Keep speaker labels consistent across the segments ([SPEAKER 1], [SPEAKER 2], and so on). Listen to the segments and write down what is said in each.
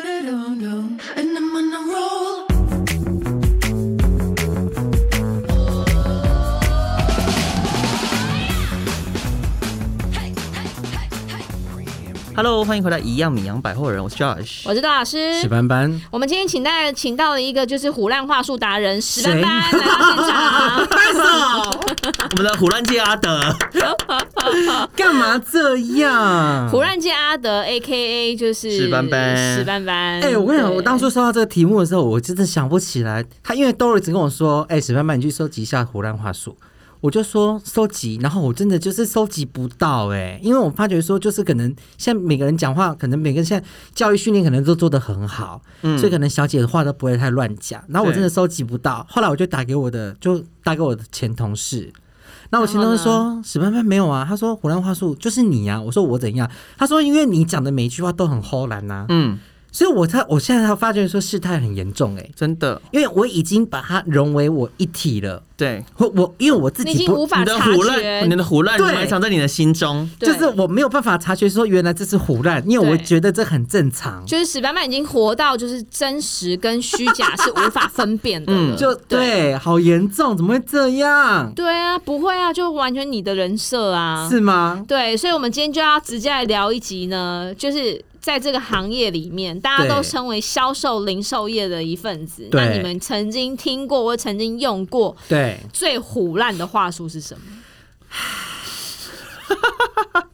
[SPEAKER 1] And I'm on a roll.
[SPEAKER 2] Hello，欢迎回来，一样米阳百货人，我是 Josh
[SPEAKER 3] 我。知道老师
[SPEAKER 4] 史。班班，
[SPEAKER 3] 我们今天请到请到了一个就是胡乱话术达人史
[SPEAKER 2] 谁
[SPEAKER 3] 班班来到现 场，
[SPEAKER 2] 快手，我们的胡乱界阿德，
[SPEAKER 4] 干嘛这样？
[SPEAKER 3] 胡乱界阿德 A K A 就是
[SPEAKER 2] 史班班
[SPEAKER 3] 史班班。
[SPEAKER 4] 哎、我跟你讲，
[SPEAKER 3] 对
[SPEAKER 4] 我当初收到这个题目的时候，我真的想不起来。他因为 Doris 跟我说：“哎、史班班，你去收集一下胡乱话术。”我就说收集，然后我真的就是收集不到哎、因为我发觉说，就是可能现在每个人讲话，可能每个人现在教育训练可能都做得很好，
[SPEAKER 3] 嗯
[SPEAKER 4] 所以可能小姐的话都不会太乱讲。然后我真的
[SPEAKER 2] 对
[SPEAKER 4] 收集不到，
[SPEAKER 3] 嗯
[SPEAKER 4] 后来我就打给我的，就打给我的前同事。那我前同事
[SPEAKER 3] 然
[SPEAKER 4] 说史班班没有啊，他说胡乱话术就是你呀、啊，我说我怎样？他说因为你讲的每一句话都很齁然啊呐、
[SPEAKER 2] 嗯，
[SPEAKER 4] 所以我才我现在才发觉说事态很严重哎、
[SPEAKER 2] 真的，
[SPEAKER 4] 因为我已经把它融为我一体了。
[SPEAKER 2] 对，
[SPEAKER 4] 我我因为我自
[SPEAKER 3] 你已
[SPEAKER 4] 己
[SPEAKER 3] 经无
[SPEAKER 4] 不，
[SPEAKER 3] 法
[SPEAKER 2] 你的
[SPEAKER 3] 察
[SPEAKER 2] 胡乱，你
[SPEAKER 3] 觉，
[SPEAKER 2] 的胡乱
[SPEAKER 4] 对
[SPEAKER 2] 埋藏在你的心中，
[SPEAKER 3] 对
[SPEAKER 4] 就是我没有办法察觉说原来这是胡乱，因为我
[SPEAKER 3] 对
[SPEAKER 4] 觉得这很正常。
[SPEAKER 3] 就是史班班已经活到就是真实跟虚假是无法分辨的
[SPEAKER 2] 嗯
[SPEAKER 3] 了。
[SPEAKER 4] 就对，好严重，怎么会这样？
[SPEAKER 3] 对啊，不会啊，就完全你的人设啊。
[SPEAKER 4] 是吗？
[SPEAKER 3] 对，所以，我们今天就要直接来聊一集呢，就是在这个行业里面，大家
[SPEAKER 4] 对
[SPEAKER 3] 都称为销售零售业的一份子。
[SPEAKER 4] 对
[SPEAKER 3] 那你们曾经听过或曾经用过
[SPEAKER 4] 对
[SPEAKER 3] 最虎烂的话术是什么？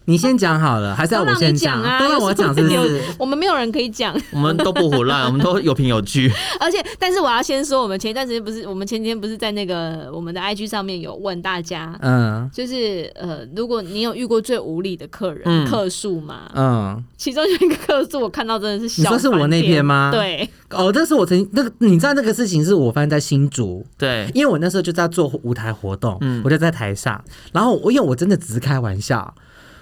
[SPEAKER 4] 你先讲好了，还是要
[SPEAKER 3] 都
[SPEAKER 4] 我
[SPEAKER 3] 让
[SPEAKER 4] 先
[SPEAKER 3] 你讲啊，
[SPEAKER 4] 都让我讲，是不
[SPEAKER 3] 有时候
[SPEAKER 4] 是
[SPEAKER 3] 有？ 我们没有人可以讲，
[SPEAKER 2] 我们都不胡 乱，我们都有凭有据。
[SPEAKER 3] 而且，但是我要先说，我们前一段时间不是，我们前几天不是在那个我们的 IG 上面有问大家，
[SPEAKER 4] 嗯
[SPEAKER 3] 就是呃，如果你有遇过最无理的客人、
[SPEAKER 2] 嗯
[SPEAKER 3] 客诉吗？
[SPEAKER 4] 嗯，
[SPEAKER 3] 其中有一个客诉，我看到真的是笑
[SPEAKER 4] 你说是我
[SPEAKER 3] 翻
[SPEAKER 4] 那
[SPEAKER 3] 天
[SPEAKER 4] 篇吗
[SPEAKER 3] 对，
[SPEAKER 4] 哦，那是我曾经那个，你知道那个事情是我发生在新竹，
[SPEAKER 2] 对，
[SPEAKER 4] 因为我那时候就在做舞台活动，
[SPEAKER 2] 嗯
[SPEAKER 4] 我就在台上，然后我因为我真的只是开玩笑。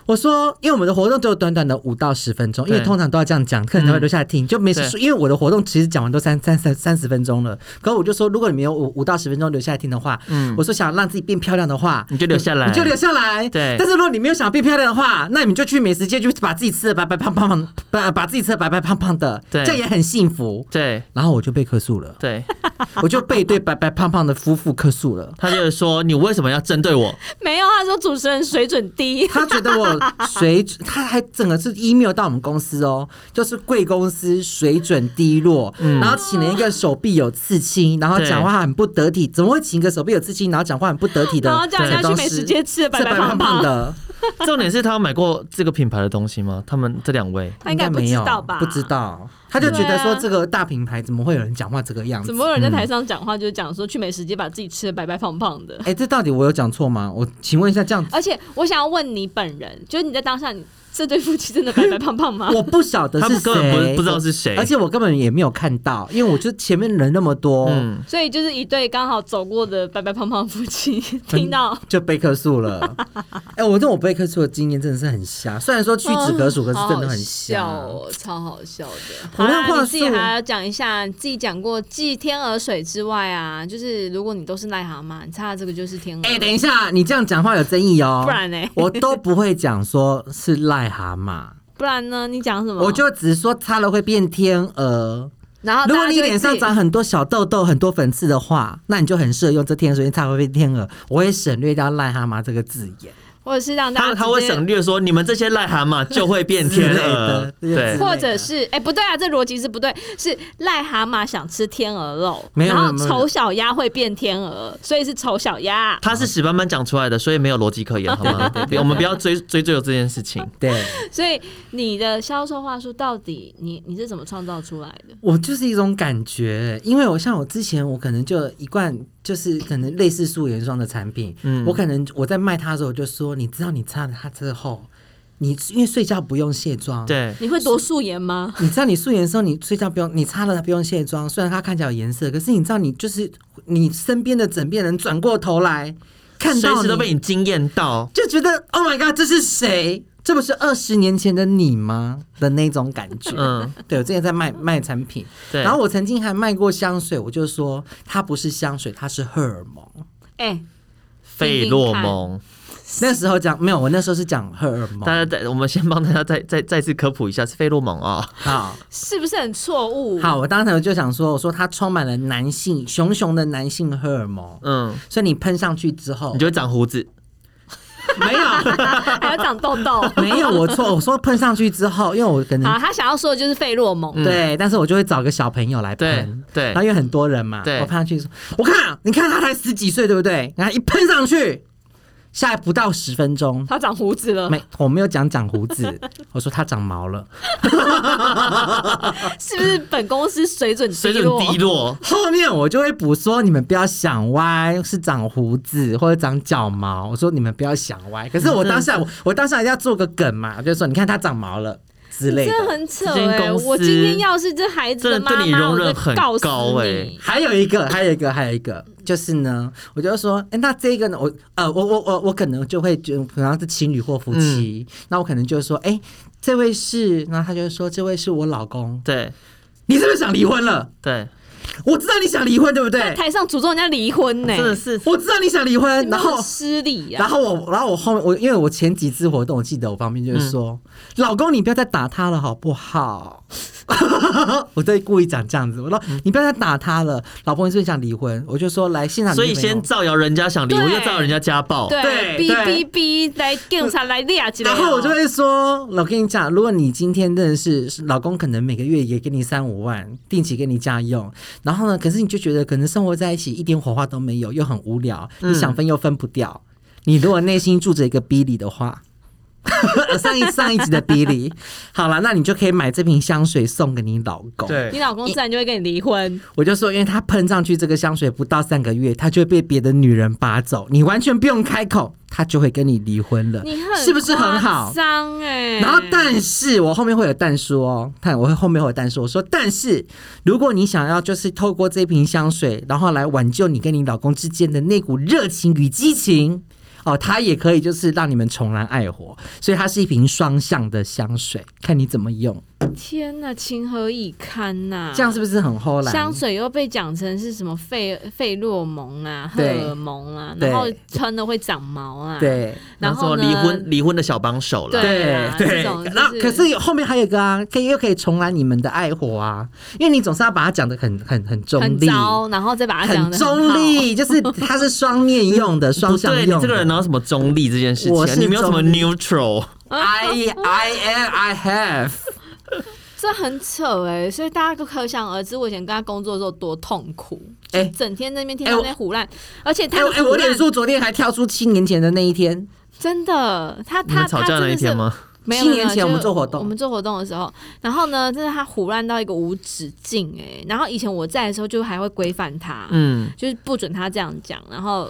[SPEAKER 4] 我说，因为我们的活动只有短短的五到十分钟，因为
[SPEAKER 2] 对嗯
[SPEAKER 4] 通常都要这样讲，客人才会留下来听，就没事
[SPEAKER 2] 对
[SPEAKER 4] 说。因为我的活动其实讲完都三三三三十分钟了，可我就说，如果你们有五五到十分钟留下来听的话，
[SPEAKER 2] 嗯
[SPEAKER 4] 我说想让自己变漂亮的话，
[SPEAKER 2] 你就留下来
[SPEAKER 4] 你就留下来。
[SPEAKER 2] 对
[SPEAKER 4] 但是如果你没有想变漂亮的话，那你们就去美食街，就把自己吃的白白胖胖胖，把把自己吃的白白胖胖的，
[SPEAKER 2] 对
[SPEAKER 4] 这样也很幸福。
[SPEAKER 2] 对，
[SPEAKER 4] 然后我就被客诉了，
[SPEAKER 2] 对，
[SPEAKER 4] 我就被对白白胖胖的夫妇客 诉了。
[SPEAKER 2] 他就是说，你为什么要针对我？
[SPEAKER 3] 没有，他说主持人水准低，
[SPEAKER 4] 他觉得我水准，他还整个是 email 到我们公司哦，就是贵公司水准低落，
[SPEAKER 3] 嗯
[SPEAKER 4] 然后请了一个手臂有刺青，然后
[SPEAKER 2] 对
[SPEAKER 4] 讲话很不得体，怎么会请一个手臂有刺青，然后讲话很不得体的
[SPEAKER 3] 然后叫人家去
[SPEAKER 4] 东
[SPEAKER 3] 美
[SPEAKER 4] 西
[SPEAKER 3] 食街吃得白
[SPEAKER 4] 吃
[SPEAKER 3] 白
[SPEAKER 4] 白
[SPEAKER 3] 胖胖
[SPEAKER 4] 胖的？
[SPEAKER 2] 重点是他有买过这个品牌的东西吗？他们这两位，
[SPEAKER 3] 他应该不
[SPEAKER 4] 没
[SPEAKER 3] 知
[SPEAKER 4] 有
[SPEAKER 3] 道吧？
[SPEAKER 4] 不知。道，他就觉
[SPEAKER 3] 对
[SPEAKER 4] 得
[SPEAKER 3] 啊
[SPEAKER 4] 说这个大品牌怎么会有人讲话这个样子
[SPEAKER 3] 怎？么有人在台上讲话，就是讲说去美食街把自己吃的白白胖胖的？
[SPEAKER 4] 哎、这到底我有讲错吗？我请问一下，这样
[SPEAKER 3] 而且我想要问你本人，就是你在当下，你这对夫妻真的白白胖胖吗？
[SPEAKER 4] 我不晓得
[SPEAKER 2] 他
[SPEAKER 4] 是
[SPEAKER 2] 们根本
[SPEAKER 4] 谁，
[SPEAKER 2] 不不知道是谁。
[SPEAKER 4] 而且我根本也没有看到，因为我就前面人那么
[SPEAKER 3] 哦
[SPEAKER 4] 多，
[SPEAKER 2] 嗯，
[SPEAKER 3] 所以就是一对刚好走过的白白胖胖夫 妻，听到
[SPEAKER 4] 就被客诉 了。哎、我这种被客诉的经验真的是很瞎，虽然说屈指可数，可是真的很瞎。
[SPEAKER 3] 好好笑哦，超好笑的。
[SPEAKER 4] 我
[SPEAKER 3] 好
[SPEAKER 4] 那
[SPEAKER 3] 啦，
[SPEAKER 4] 话术
[SPEAKER 3] 你自己还要讲一下，你自己讲过继天鹅水之外啊，就是如果你都是癞蛤蟆，你差的这个就是天鹅。
[SPEAKER 4] 哎、等一下，你这样讲话有争议哦。
[SPEAKER 3] 不然呢
[SPEAKER 4] 我都不会讲说是癞蛤蟆，
[SPEAKER 3] 不然呢？你讲什么？
[SPEAKER 4] 我就只说擦了会变天鹅。
[SPEAKER 3] 然
[SPEAKER 2] 哦
[SPEAKER 3] 后
[SPEAKER 4] 如果
[SPEAKER 3] 大家
[SPEAKER 4] 你
[SPEAKER 3] 就会
[SPEAKER 4] 脸上
[SPEAKER 3] 自己
[SPEAKER 4] 长很多小痘痘、很多粉刺的话，那你就很适合用这天鹅，所以擦会变天鹅。我会省略掉癞蛤蟆这个字眼。
[SPEAKER 3] 或者是让大
[SPEAKER 2] 他
[SPEAKER 3] 家
[SPEAKER 2] 他会
[SPEAKER 3] 直接
[SPEAKER 2] 省略说，你们这些癞蛤蟆就会变天鹅。
[SPEAKER 4] 之类的
[SPEAKER 2] 对
[SPEAKER 4] 之类的
[SPEAKER 3] 或者是哎、不对啊，这逻辑是不对，是癞蛤蟆想吃天鹅肉，
[SPEAKER 4] 没有
[SPEAKER 3] 然后
[SPEAKER 4] 没有没有
[SPEAKER 3] 丑小鸭会变天鹅，所以是丑小鸭。
[SPEAKER 2] 他是史班班讲出来的，所以没有逻辑可言，好 吗？对我们不要追追追究这件事情。
[SPEAKER 4] 对，
[SPEAKER 3] 所以你的销售话术到底你你是怎么创造出来的？
[SPEAKER 4] 我就是一种感觉，因为我像我之前，我可能就有一罐就是可能类似素颜霜的产品，
[SPEAKER 2] 嗯
[SPEAKER 4] 我可能我在卖它的时候，我就说，你知道你擦了它之后，你因为睡觉不用卸妆，，
[SPEAKER 2] 对，
[SPEAKER 3] 你会读素颜吗？
[SPEAKER 4] 你知道你素颜的时候，你睡觉不用，你擦了它不用卸妆，虽然它看起来有颜色，可是你知道你就是你身边的枕边人转过头来看
[SPEAKER 2] 随
[SPEAKER 4] 到
[SPEAKER 2] 时都被
[SPEAKER 4] 你，
[SPEAKER 2] 你惊艳到。
[SPEAKER 4] 就觉得 Oh my God，这是谁？这不是二十年前的你吗？的那种感觉，
[SPEAKER 2] 嗯，
[SPEAKER 4] 对我之前在卖卖产品，
[SPEAKER 2] 对。
[SPEAKER 4] 然后我曾经还卖过香水，我就说它不是香水，它是荷尔蒙。
[SPEAKER 3] 哎、
[SPEAKER 2] 费洛蒙，
[SPEAKER 4] 那时候讲没有，我那时候是讲荷尔
[SPEAKER 2] 大
[SPEAKER 4] 蒙。
[SPEAKER 2] 家再，我们先帮大家再再再次科普一下，是费洛蒙啊、
[SPEAKER 4] 好
[SPEAKER 3] 是不是很错误？
[SPEAKER 4] 好，我当时就想说，我说它充满了男性熊熊的男性荷尔蒙，
[SPEAKER 2] 嗯，
[SPEAKER 4] 所以你喷上去之后
[SPEAKER 2] 你就会长胡子，
[SPEAKER 4] 没 有
[SPEAKER 3] 还要长痘 痘。
[SPEAKER 4] 没有，我错，我说喷上去之后，因为我可能
[SPEAKER 2] 啊
[SPEAKER 3] 好，他想要说的就是费洛蒙。
[SPEAKER 4] 对，但是我就会找个小朋友来
[SPEAKER 2] 对
[SPEAKER 3] 嗯
[SPEAKER 4] 喷。
[SPEAKER 2] 对
[SPEAKER 4] 然
[SPEAKER 3] 哎
[SPEAKER 4] 后，因为很多人嘛，
[SPEAKER 2] 对
[SPEAKER 4] 我怕去说，我看，啊你看他才十几岁，对不对？然后一喷上去，下不到十 分钟，
[SPEAKER 3] 他长胡子了，
[SPEAKER 4] 没，我没有讲长胡子， 我说他长毛了，
[SPEAKER 3] 是不是本公司水准
[SPEAKER 2] 水准
[SPEAKER 3] 落？
[SPEAKER 2] 低落，
[SPEAKER 4] 后面我就会补说，你们不要想歪，是长胡子或者长脚毛，我说你们不要想歪。可是我当
[SPEAKER 2] 嗯
[SPEAKER 4] 下我我当下一定要做个梗嘛，我就说你看他长毛了之类的。
[SPEAKER 3] 这很扯
[SPEAKER 2] 这间
[SPEAKER 3] 哎、
[SPEAKER 2] 公司
[SPEAKER 3] 我今天要是这孩子的
[SPEAKER 2] 真的
[SPEAKER 3] 妈
[SPEAKER 2] 对你
[SPEAKER 3] 妈，
[SPEAKER 2] 容
[SPEAKER 3] 我
[SPEAKER 2] 忍
[SPEAKER 3] 就
[SPEAKER 2] 很
[SPEAKER 3] 告死
[SPEAKER 2] 高哎
[SPEAKER 3] 你。
[SPEAKER 4] 还有一个，还有一个，还有一个，就是呢，我就说，哎、那这个呢，我呃，我我我我可能就会就可能是情侣或夫妻，
[SPEAKER 2] 嗯
[SPEAKER 4] 那我可能就说，哎、这位是，然后他就说，这位是我老公，
[SPEAKER 2] 对
[SPEAKER 4] 你是不是想离婚了？
[SPEAKER 2] 对，
[SPEAKER 4] 我知道你想离婚，对不对？
[SPEAKER 3] 台上诅咒人家离婚呢、
[SPEAKER 2] 真的是
[SPEAKER 4] 我知道你想离婚，然后
[SPEAKER 3] 很失礼
[SPEAKER 4] 然
[SPEAKER 3] 啊！
[SPEAKER 4] 后我，然后我后面我，因为我前几次活动，我记得我旁边就是说，老公你不要再打他了好不好？ 我在故意讲这样子，我说、
[SPEAKER 2] 嗯
[SPEAKER 4] 你不要再打他了，老婆你是不是想离婚？我就说来现场，
[SPEAKER 2] 所以先。造谣人家想离婚，
[SPEAKER 3] 对
[SPEAKER 2] 又造谣人家家暴，
[SPEAKER 4] 对
[SPEAKER 3] 对，哔
[SPEAKER 4] 对
[SPEAKER 3] 哔哔，来警察来俩起来。
[SPEAKER 4] 然后我就会说，我跟你讲，如果你今天认识老公，可能每个月也给你三五万，定期给你家用。然后呢，可是你就觉得可能生活在一起一点火花都没有，又很无聊，你想分又分不掉。你如果内心住着一个逼里的话，上一上一集的逼里，好了，那你就可以买这瓶香水送给你老公。，
[SPEAKER 3] 你老公自然就会跟你离婚。
[SPEAKER 4] 我就说，因为他喷上去这个香水不到三个月，他就会被别的女人拔走，你完全不用开口，他就会跟你离婚了。
[SPEAKER 3] 你很
[SPEAKER 4] 是不是很好？
[SPEAKER 3] 脏哎、
[SPEAKER 4] 然后，但是我后面会有但说哦，看我会后面会有但说，我说但是如果你想要就是透过这瓶香水，然后来挽救你跟你老公之间的那股热情与激情，哦，它也可以就是让你们重燃爱火，所以它是一瓶双向的香水，看你怎么用，
[SPEAKER 3] 天哪，情何以堪呐、
[SPEAKER 4] 这样是不是很齁蓝？
[SPEAKER 3] 香水又被讲成是什么费费洛蒙啊、荷
[SPEAKER 4] 对
[SPEAKER 3] 尔蒙啊，
[SPEAKER 4] 对
[SPEAKER 3] 然后喷了会长毛啊，，
[SPEAKER 4] 对。
[SPEAKER 3] 然
[SPEAKER 2] 什
[SPEAKER 3] 后
[SPEAKER 2] 么
[SPEAKER 3] 呢
[SPEAKER 2] 离婚离婚的小帮手了，
[SPEAKER 3] 对啊
[SPEAKER 4] 对
[SPEAKER 3] 这种就，是
[SPEAKER 4] 然后可是有后面还有一个啊，可以又可以重燃你们的爱火啊，因为你总是要把它讲的很很很中
[SPEAKER 3] 很
[SPEAKER 4] 立，
[SPEAKER 3] 糟，然后再把它讲
[SPEAKER 4] 很
[SPEAKER 3] 的
[SPEAKER 4] 中立，就是它是双面用的，双
[SPEAKER 2] 不
[SPEAKER 4] 向
[SPEAKER 2] 对
[SPEAKER 4] 用的。
[SPEAKER 2] 你这个人哪哦有什么中立这件事情
[SPEAKER 4] 我
[SPEAKER 2] 啊？
[SPEAKER 4] 是
[SPEAKER 2] 你没有什么
[SPEAKER 4] 中立
[SPEAKER 2] neutral，
[SPEAKER 4] I I am I have，
[SPEAKER 3] 这很扯哎、所以大家都可想而知，我以前跟他工作的时候多痛苦，
[SPEAKER 4] 哎
[SPEAKER 3] 就 整天在那边听
[SPEAKER 4] 哎
[SPEAKER 3] 他
[SPEAKER 4] 我
[SPEAKER 3] 在胡乱，而且
[SPEAKER 4] 哎
[SPEAKER 3] 他的
[SPEAKER 4] 哎，
[SPEAKER 3] 胡
[SPEAKER 4] 我
[SPEAKER 3] 乱
[SPEAKER 4] 脸书昨天还跳出七年前的那一天，
[SPEAKER 3] 真的，他
[SPEAKER 2] 你
[SPEAKER 3] 他
[SPEAKER 2] 们吵
[SPEAKER 3] 他
[SPEAKER 2] 架
[SPEAKER 3] 真
[SPEAKER 2] 那一
[SPEAKER 3] 的是
[SPEAKER 2] 天吗？
[SPEAKER 3] 没有，
[SPEAKER 4] 七
[SPEAKER 3] 没有
[SPEAKER 4] 年前
[SPEAKER 3] 就
[SPEAKER 4] 我们做活动
[SPEAKER 3] 我们做活动的时候，然后呢，真的他胡乱到一个无止境哎、然后以前我在的时候就还会规范他，
[SPEAKER 2] 嗯，
[SPEAKER 3] 就是不准他这样讲，然后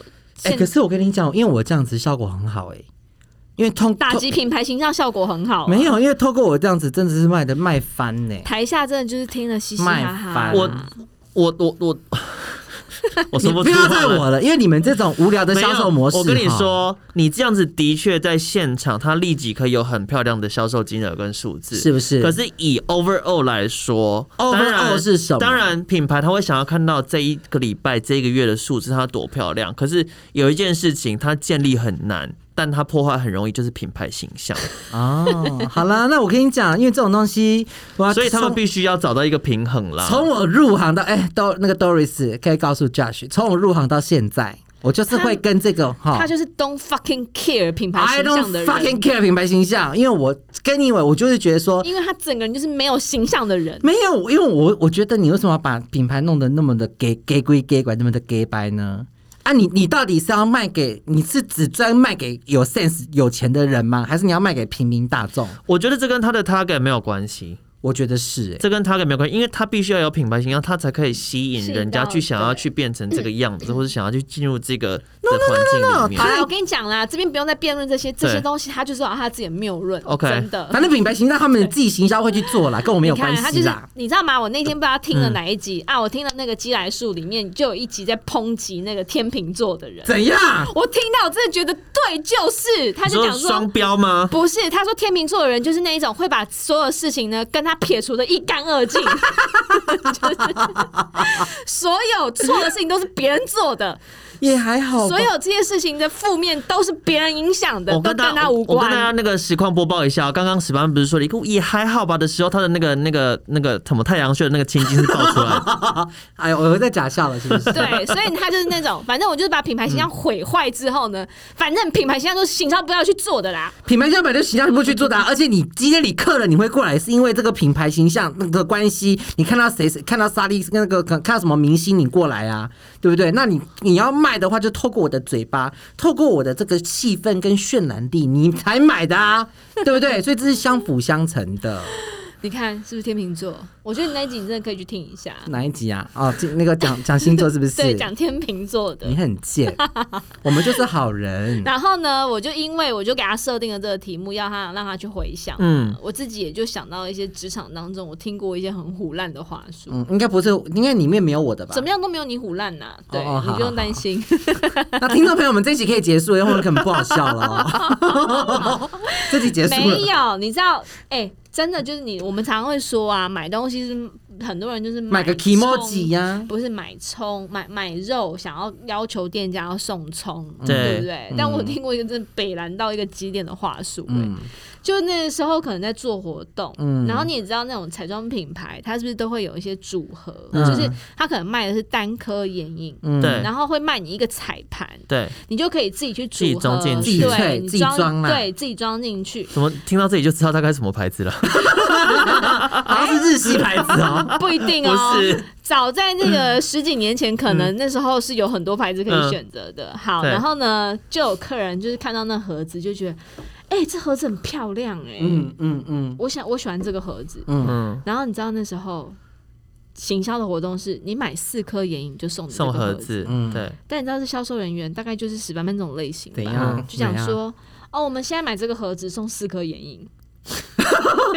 [SPEAKER 4] 哎，
[SPEAKER 3] 现
[SPEAKER 4] 可是我跟你讲，因为我这样子效果很好，哎，因为通
[SPEAKER 3] 打
[SPEAKER 4] 透
[SPEAKER 3] 击品牌形象效果很
[SPEAKER 2] 啊
[SPEAKER 3] 好、
[SPEAKER 4] 没。有，因为透过我这样子，真的是卖的卖翻呢。
[SPEAKER 3] 台下真的就是听了嘻嘻哈
[SPEAKER 4] 卖哦
[SPEAKER 3] 哈
[SPEAKER 4] 翻，
[SPEAKER 2] 我我我 我，我
[SPEAKER 4] 啊你
[SPEAKER 2] 说
[SPEAKER 4] 不
[SPEAKER 2] 出
[SPEAKER 4] 要
[SPEAKER 2] 话
[SPEAKER 4] 再
[SPEAKER 2] 来。
[SPEAKER 4] 我了，因为你们这种无聊的
[SPEAKER 2] 没有
[SPEAKER 4] 销售模式，
[SPEAKER 2] 我跟你
[SPEAKER 4] 哈，
[SPEAKER 2] 说，你这样子的确在现场，它立即可以有很漂亮的销售金额跟数字，
[SPEAKER 4] 是不是？
[SPEAKER 2] 可是以 overall 来说
[SPEAKER 4] Overall
[SPEAKER 2] 当然
[SPEAKER 4] 是什么
[SPEAKER 2] 当然，品牌他会想要看到这一个礼拜、这一个月的数字它多漂亮。可是有一件事情，它建立很难，但它破坏很容易，就是品牌形象。
[SPEAKER 4] 哦，好啦，那我跟你讲，因为这种东西，我要
[SPEAKER 2] 所以他们
[SPEAKER 4] 送
[SPEAKER 2] 必须要找到一个平衡
[SPEAKER 3] 啊
[SPEAKER 2] 啦。
[SPEAKER 4] 啊从我入行到哎，都、那个 Doris 可以告诉 Josh，从我入行到现在，我就是会跟这个哈。
[SPEAKER 3] 他就是 don't fucking care 品牌
[SPEAKER 4] I
[SPEAKER 3] 形
[SPEAKER 4] don't
[SPEAKER 3] 象的
[SPEAKER 4] fucking
[SPEAKER 3] 人，
[SPEAKER 4] care 品牌形象，因为我跟你我我就是觉得说
[SPEAKER 3] 因为他整个人就是没有形象的人。
[SPEAKER 4] 没有，因为我我觉得你为什么要把品牌弄得那么的 gay gay 归 gay 管那么的 gay 白呢？啊你，你到底是要卖给你是只专卖给有 sense 有钱的人吗？还是你要卖给平民大众？
[SPEAKER 2] 我觉得这跟他的 target 没有关系，
[SPEAKER 4] 我觉得是、欸，
[SPEAKER 2] 这跟 target 没有关系，因为他必须要有品牌形象，他才可以吸引人家去想要去变成这个样
[SPEAKER 3] 嗯
[SPEAKER 2] 子，或者想要去进入这个的环境里面
[SPEAKER 3] 好。了，我跟你讲啦，这边不用再辩论这些这些
[SPEAKER 2] 对
[SPEAKER 3] 东西，他就是有他自己的谬论。
[SPEAKER 2] OK
[SPEAKER 3] 真的，
[SPEAKER 4] 反正品牌形象他们自己行销会去做啦，跟我没有
[SPEAKER 3] 呃你看
[SPEAKER 4] 关
[SPEAKER 3] 他
[SPEAKER 4] 系
[SPEAKER 3] 就是
[SPEAKER 4] 啦。
[SPEAKER 3] 你知道吗？我那天不知道听了哪一集、啊，我听了那个《鸡来树》里面就有一集在抨击那个天秤座的人，
[SPEAKER 4] 怎样？
[SPEAKER 3] 我听到我真的觉得对，就是他
[SPEAKER 2] 你
[SPEAKER 3] 就
[SPEAKER 2] 说
[SPEAKER 3] 讲
[SPEAKER 2] 双标吗？
[SPEAKER 3] 不是，他说天秤座的人就是那一种会把所有事情呢跟他撇除的一干二净， 就是所有错的事情都是别人做的。
[SPEAKER 4] 也还好吧。
[SPEAKER 3] 所有这些事情的负面都是别人影响的，
[SPEAKER 2] 我
[SPEAKER 3] 都
[SPEAKER 2] 跟
[SPEAKER 3] 跟
[SPEAKER 2] 大
[SPEAKER 3] 他无
[SPEAKER 2] 我跟大家
[SPEAKER 3] 关。
[SPEAKER 2] 那个实况播报一下，刚刚史班不是说了一个也还好吧的时候，他的那个那个那个什么太阳穴的那个青筋是爆出来 的，
[SPEAKER 4] 哎呦，我又在假笑了，是不是？
[SPEAKER 3] 对，所以他就是那种，反正我就是把品牌形象毁坏之后呢，反正品牌形象都是行销不要去做的啦。
[SPEAKER 4] 品牌形象本来就形象不去做的啊、而且你今天你客人你会过来，是因为这个品牌形象的关系。你看到谁，看到莎莉那个看到什么明星，你过来啊，对不对？那你你要卖的话，就透过我的嘴巴，透过我的这个气氛跟渲染力，你才买 的啊，对不对？所以这是相辅相成的。
[SPEAKER 3] 你看是不是天秤座？我觉得你那一集你真的可以去听一下，
[SPEAKER 4] 哪一集啊？哦，这那个讲讲星座是不是？
[SPEAKER 3] 对，讲天秤座的
[SPEAKER 4] 你。很贱，我们就是好 人。
[SPEAKER 3] 然后呢，我就因为我就给他设定了这个题目，要他让他去回想。
[SPEAKER 2] 嗯
[SPEAKER 3] 嗯，我自己也就想到一些职场当中我听过一些很虎烂的话术，
[SPEAKER 4] 嗯，应该不是，应该里面没有我的吧？
[SPEAKER 3] 怎么样都没有你虎烂呐、对，
[SPEAKER 4] 哦哦好
[SPEAKER 3] 你不用担心。
[SPEAKER 4] 那听众朋友们，这一集可以结束了，因为我们可能不好笑了、哦。 这集结束
[SPEAKER 3] 没
[SPEAKER 4] 了，
[SPEAKER 3] 有，你知道，哎、真的就是你，我们常会说啊，买东西是很多人就是
[SPEAKER 4] 买个啊
[SPEAKER 3] 葱
[SPEAKER 4] emoji 呀、
[SPEAKER 3] 不是买葱，买买肉，想要要求店家要送葱，
[SPEAKER 4] 嗯
[SPEAKER 2] 对
[SPEAKER 3] 对不对？但我听过一个真的北蓝到一个极点的话术、欸，
[SPEAKER 4] 嗯
[SPEAKER 3] 就那时候可能在做活动，
[SPEAKER 4] 嗯
[SPEAKER 3] 然后你也知道那种彩妆品牌，它是不是都会有一些组合，
[SPEAKER 4] 嗯
[SPEAKER 3] 就是它可能卖的是单颗眼影。
[SPEAKER 4] 嗯
[SPEAKER 2] 对
[SPEAKER 3] 然后会卖你一个彩盘，
[SPEAKER 2] 对，
[SPEAKER 3] 你就可以自己去
[SPEAKER 2] 自己
[SPEAKER 3] 组
[SPEAKER 2] 装
[SPEAKER 3] 合，
[SPEAKER 2] 进去
[SPEAKER 4] 自己
[SPEAKER 3] 对，
[SPEAKER 4] 萃
[SPEAKER 3] 你
[SPEAKER 4] 自己装啦
[SPEAKER 3] 对自己装进去。
[SPEAKER 2] 怎么听到这里就知道大概什么牌子了？
[SPEAKER 4] 好像啊是日系牌子 哦。
[SPEAKER 3] 不一定哦，早在那个十几年前，可
[SPEAKER 4] 嗯
[SPEAKER 3] 能那时候是有很多牌子可以选择的。好，
[SPEAKER 2] 对
[SPEAKER 3] 然后呢，就有客人就是看到那盒子就觉得，哎、这盒子很漂亮哎、
[SPEAKER 4] 嗯嗯嗯
[SPEAKER 3] 我想我喜欢这个盒子。
[SPEAKER 4] 嗯，
[SPEAKER 2] 嗯，
[SPEAKER 3] 然后你知道那时候行销的活动是你买四颗眼影就送你这
[SPEAKER 2] 送
[SPEAKER 3] 个
[SPEAKER 2] 盒
[SPEAKER 3] 盒，
[SPEAKER 2] 子，
[SPEAKER 4] 嗯
[SPEAKER 2] 对，
[SPEAKER 3] 但你知道是销售人员大概就是十班班这种类型
[SPEAKER 4] 怎
[SPEAKER 3] 吧，
[SPEAKER 4] 样？
[SPEAKER 3] 就想
[SPEAKER 4] 怎样，
[SPEAKER 3] 说。哦，我们现在买这个盒子送四颗眼影，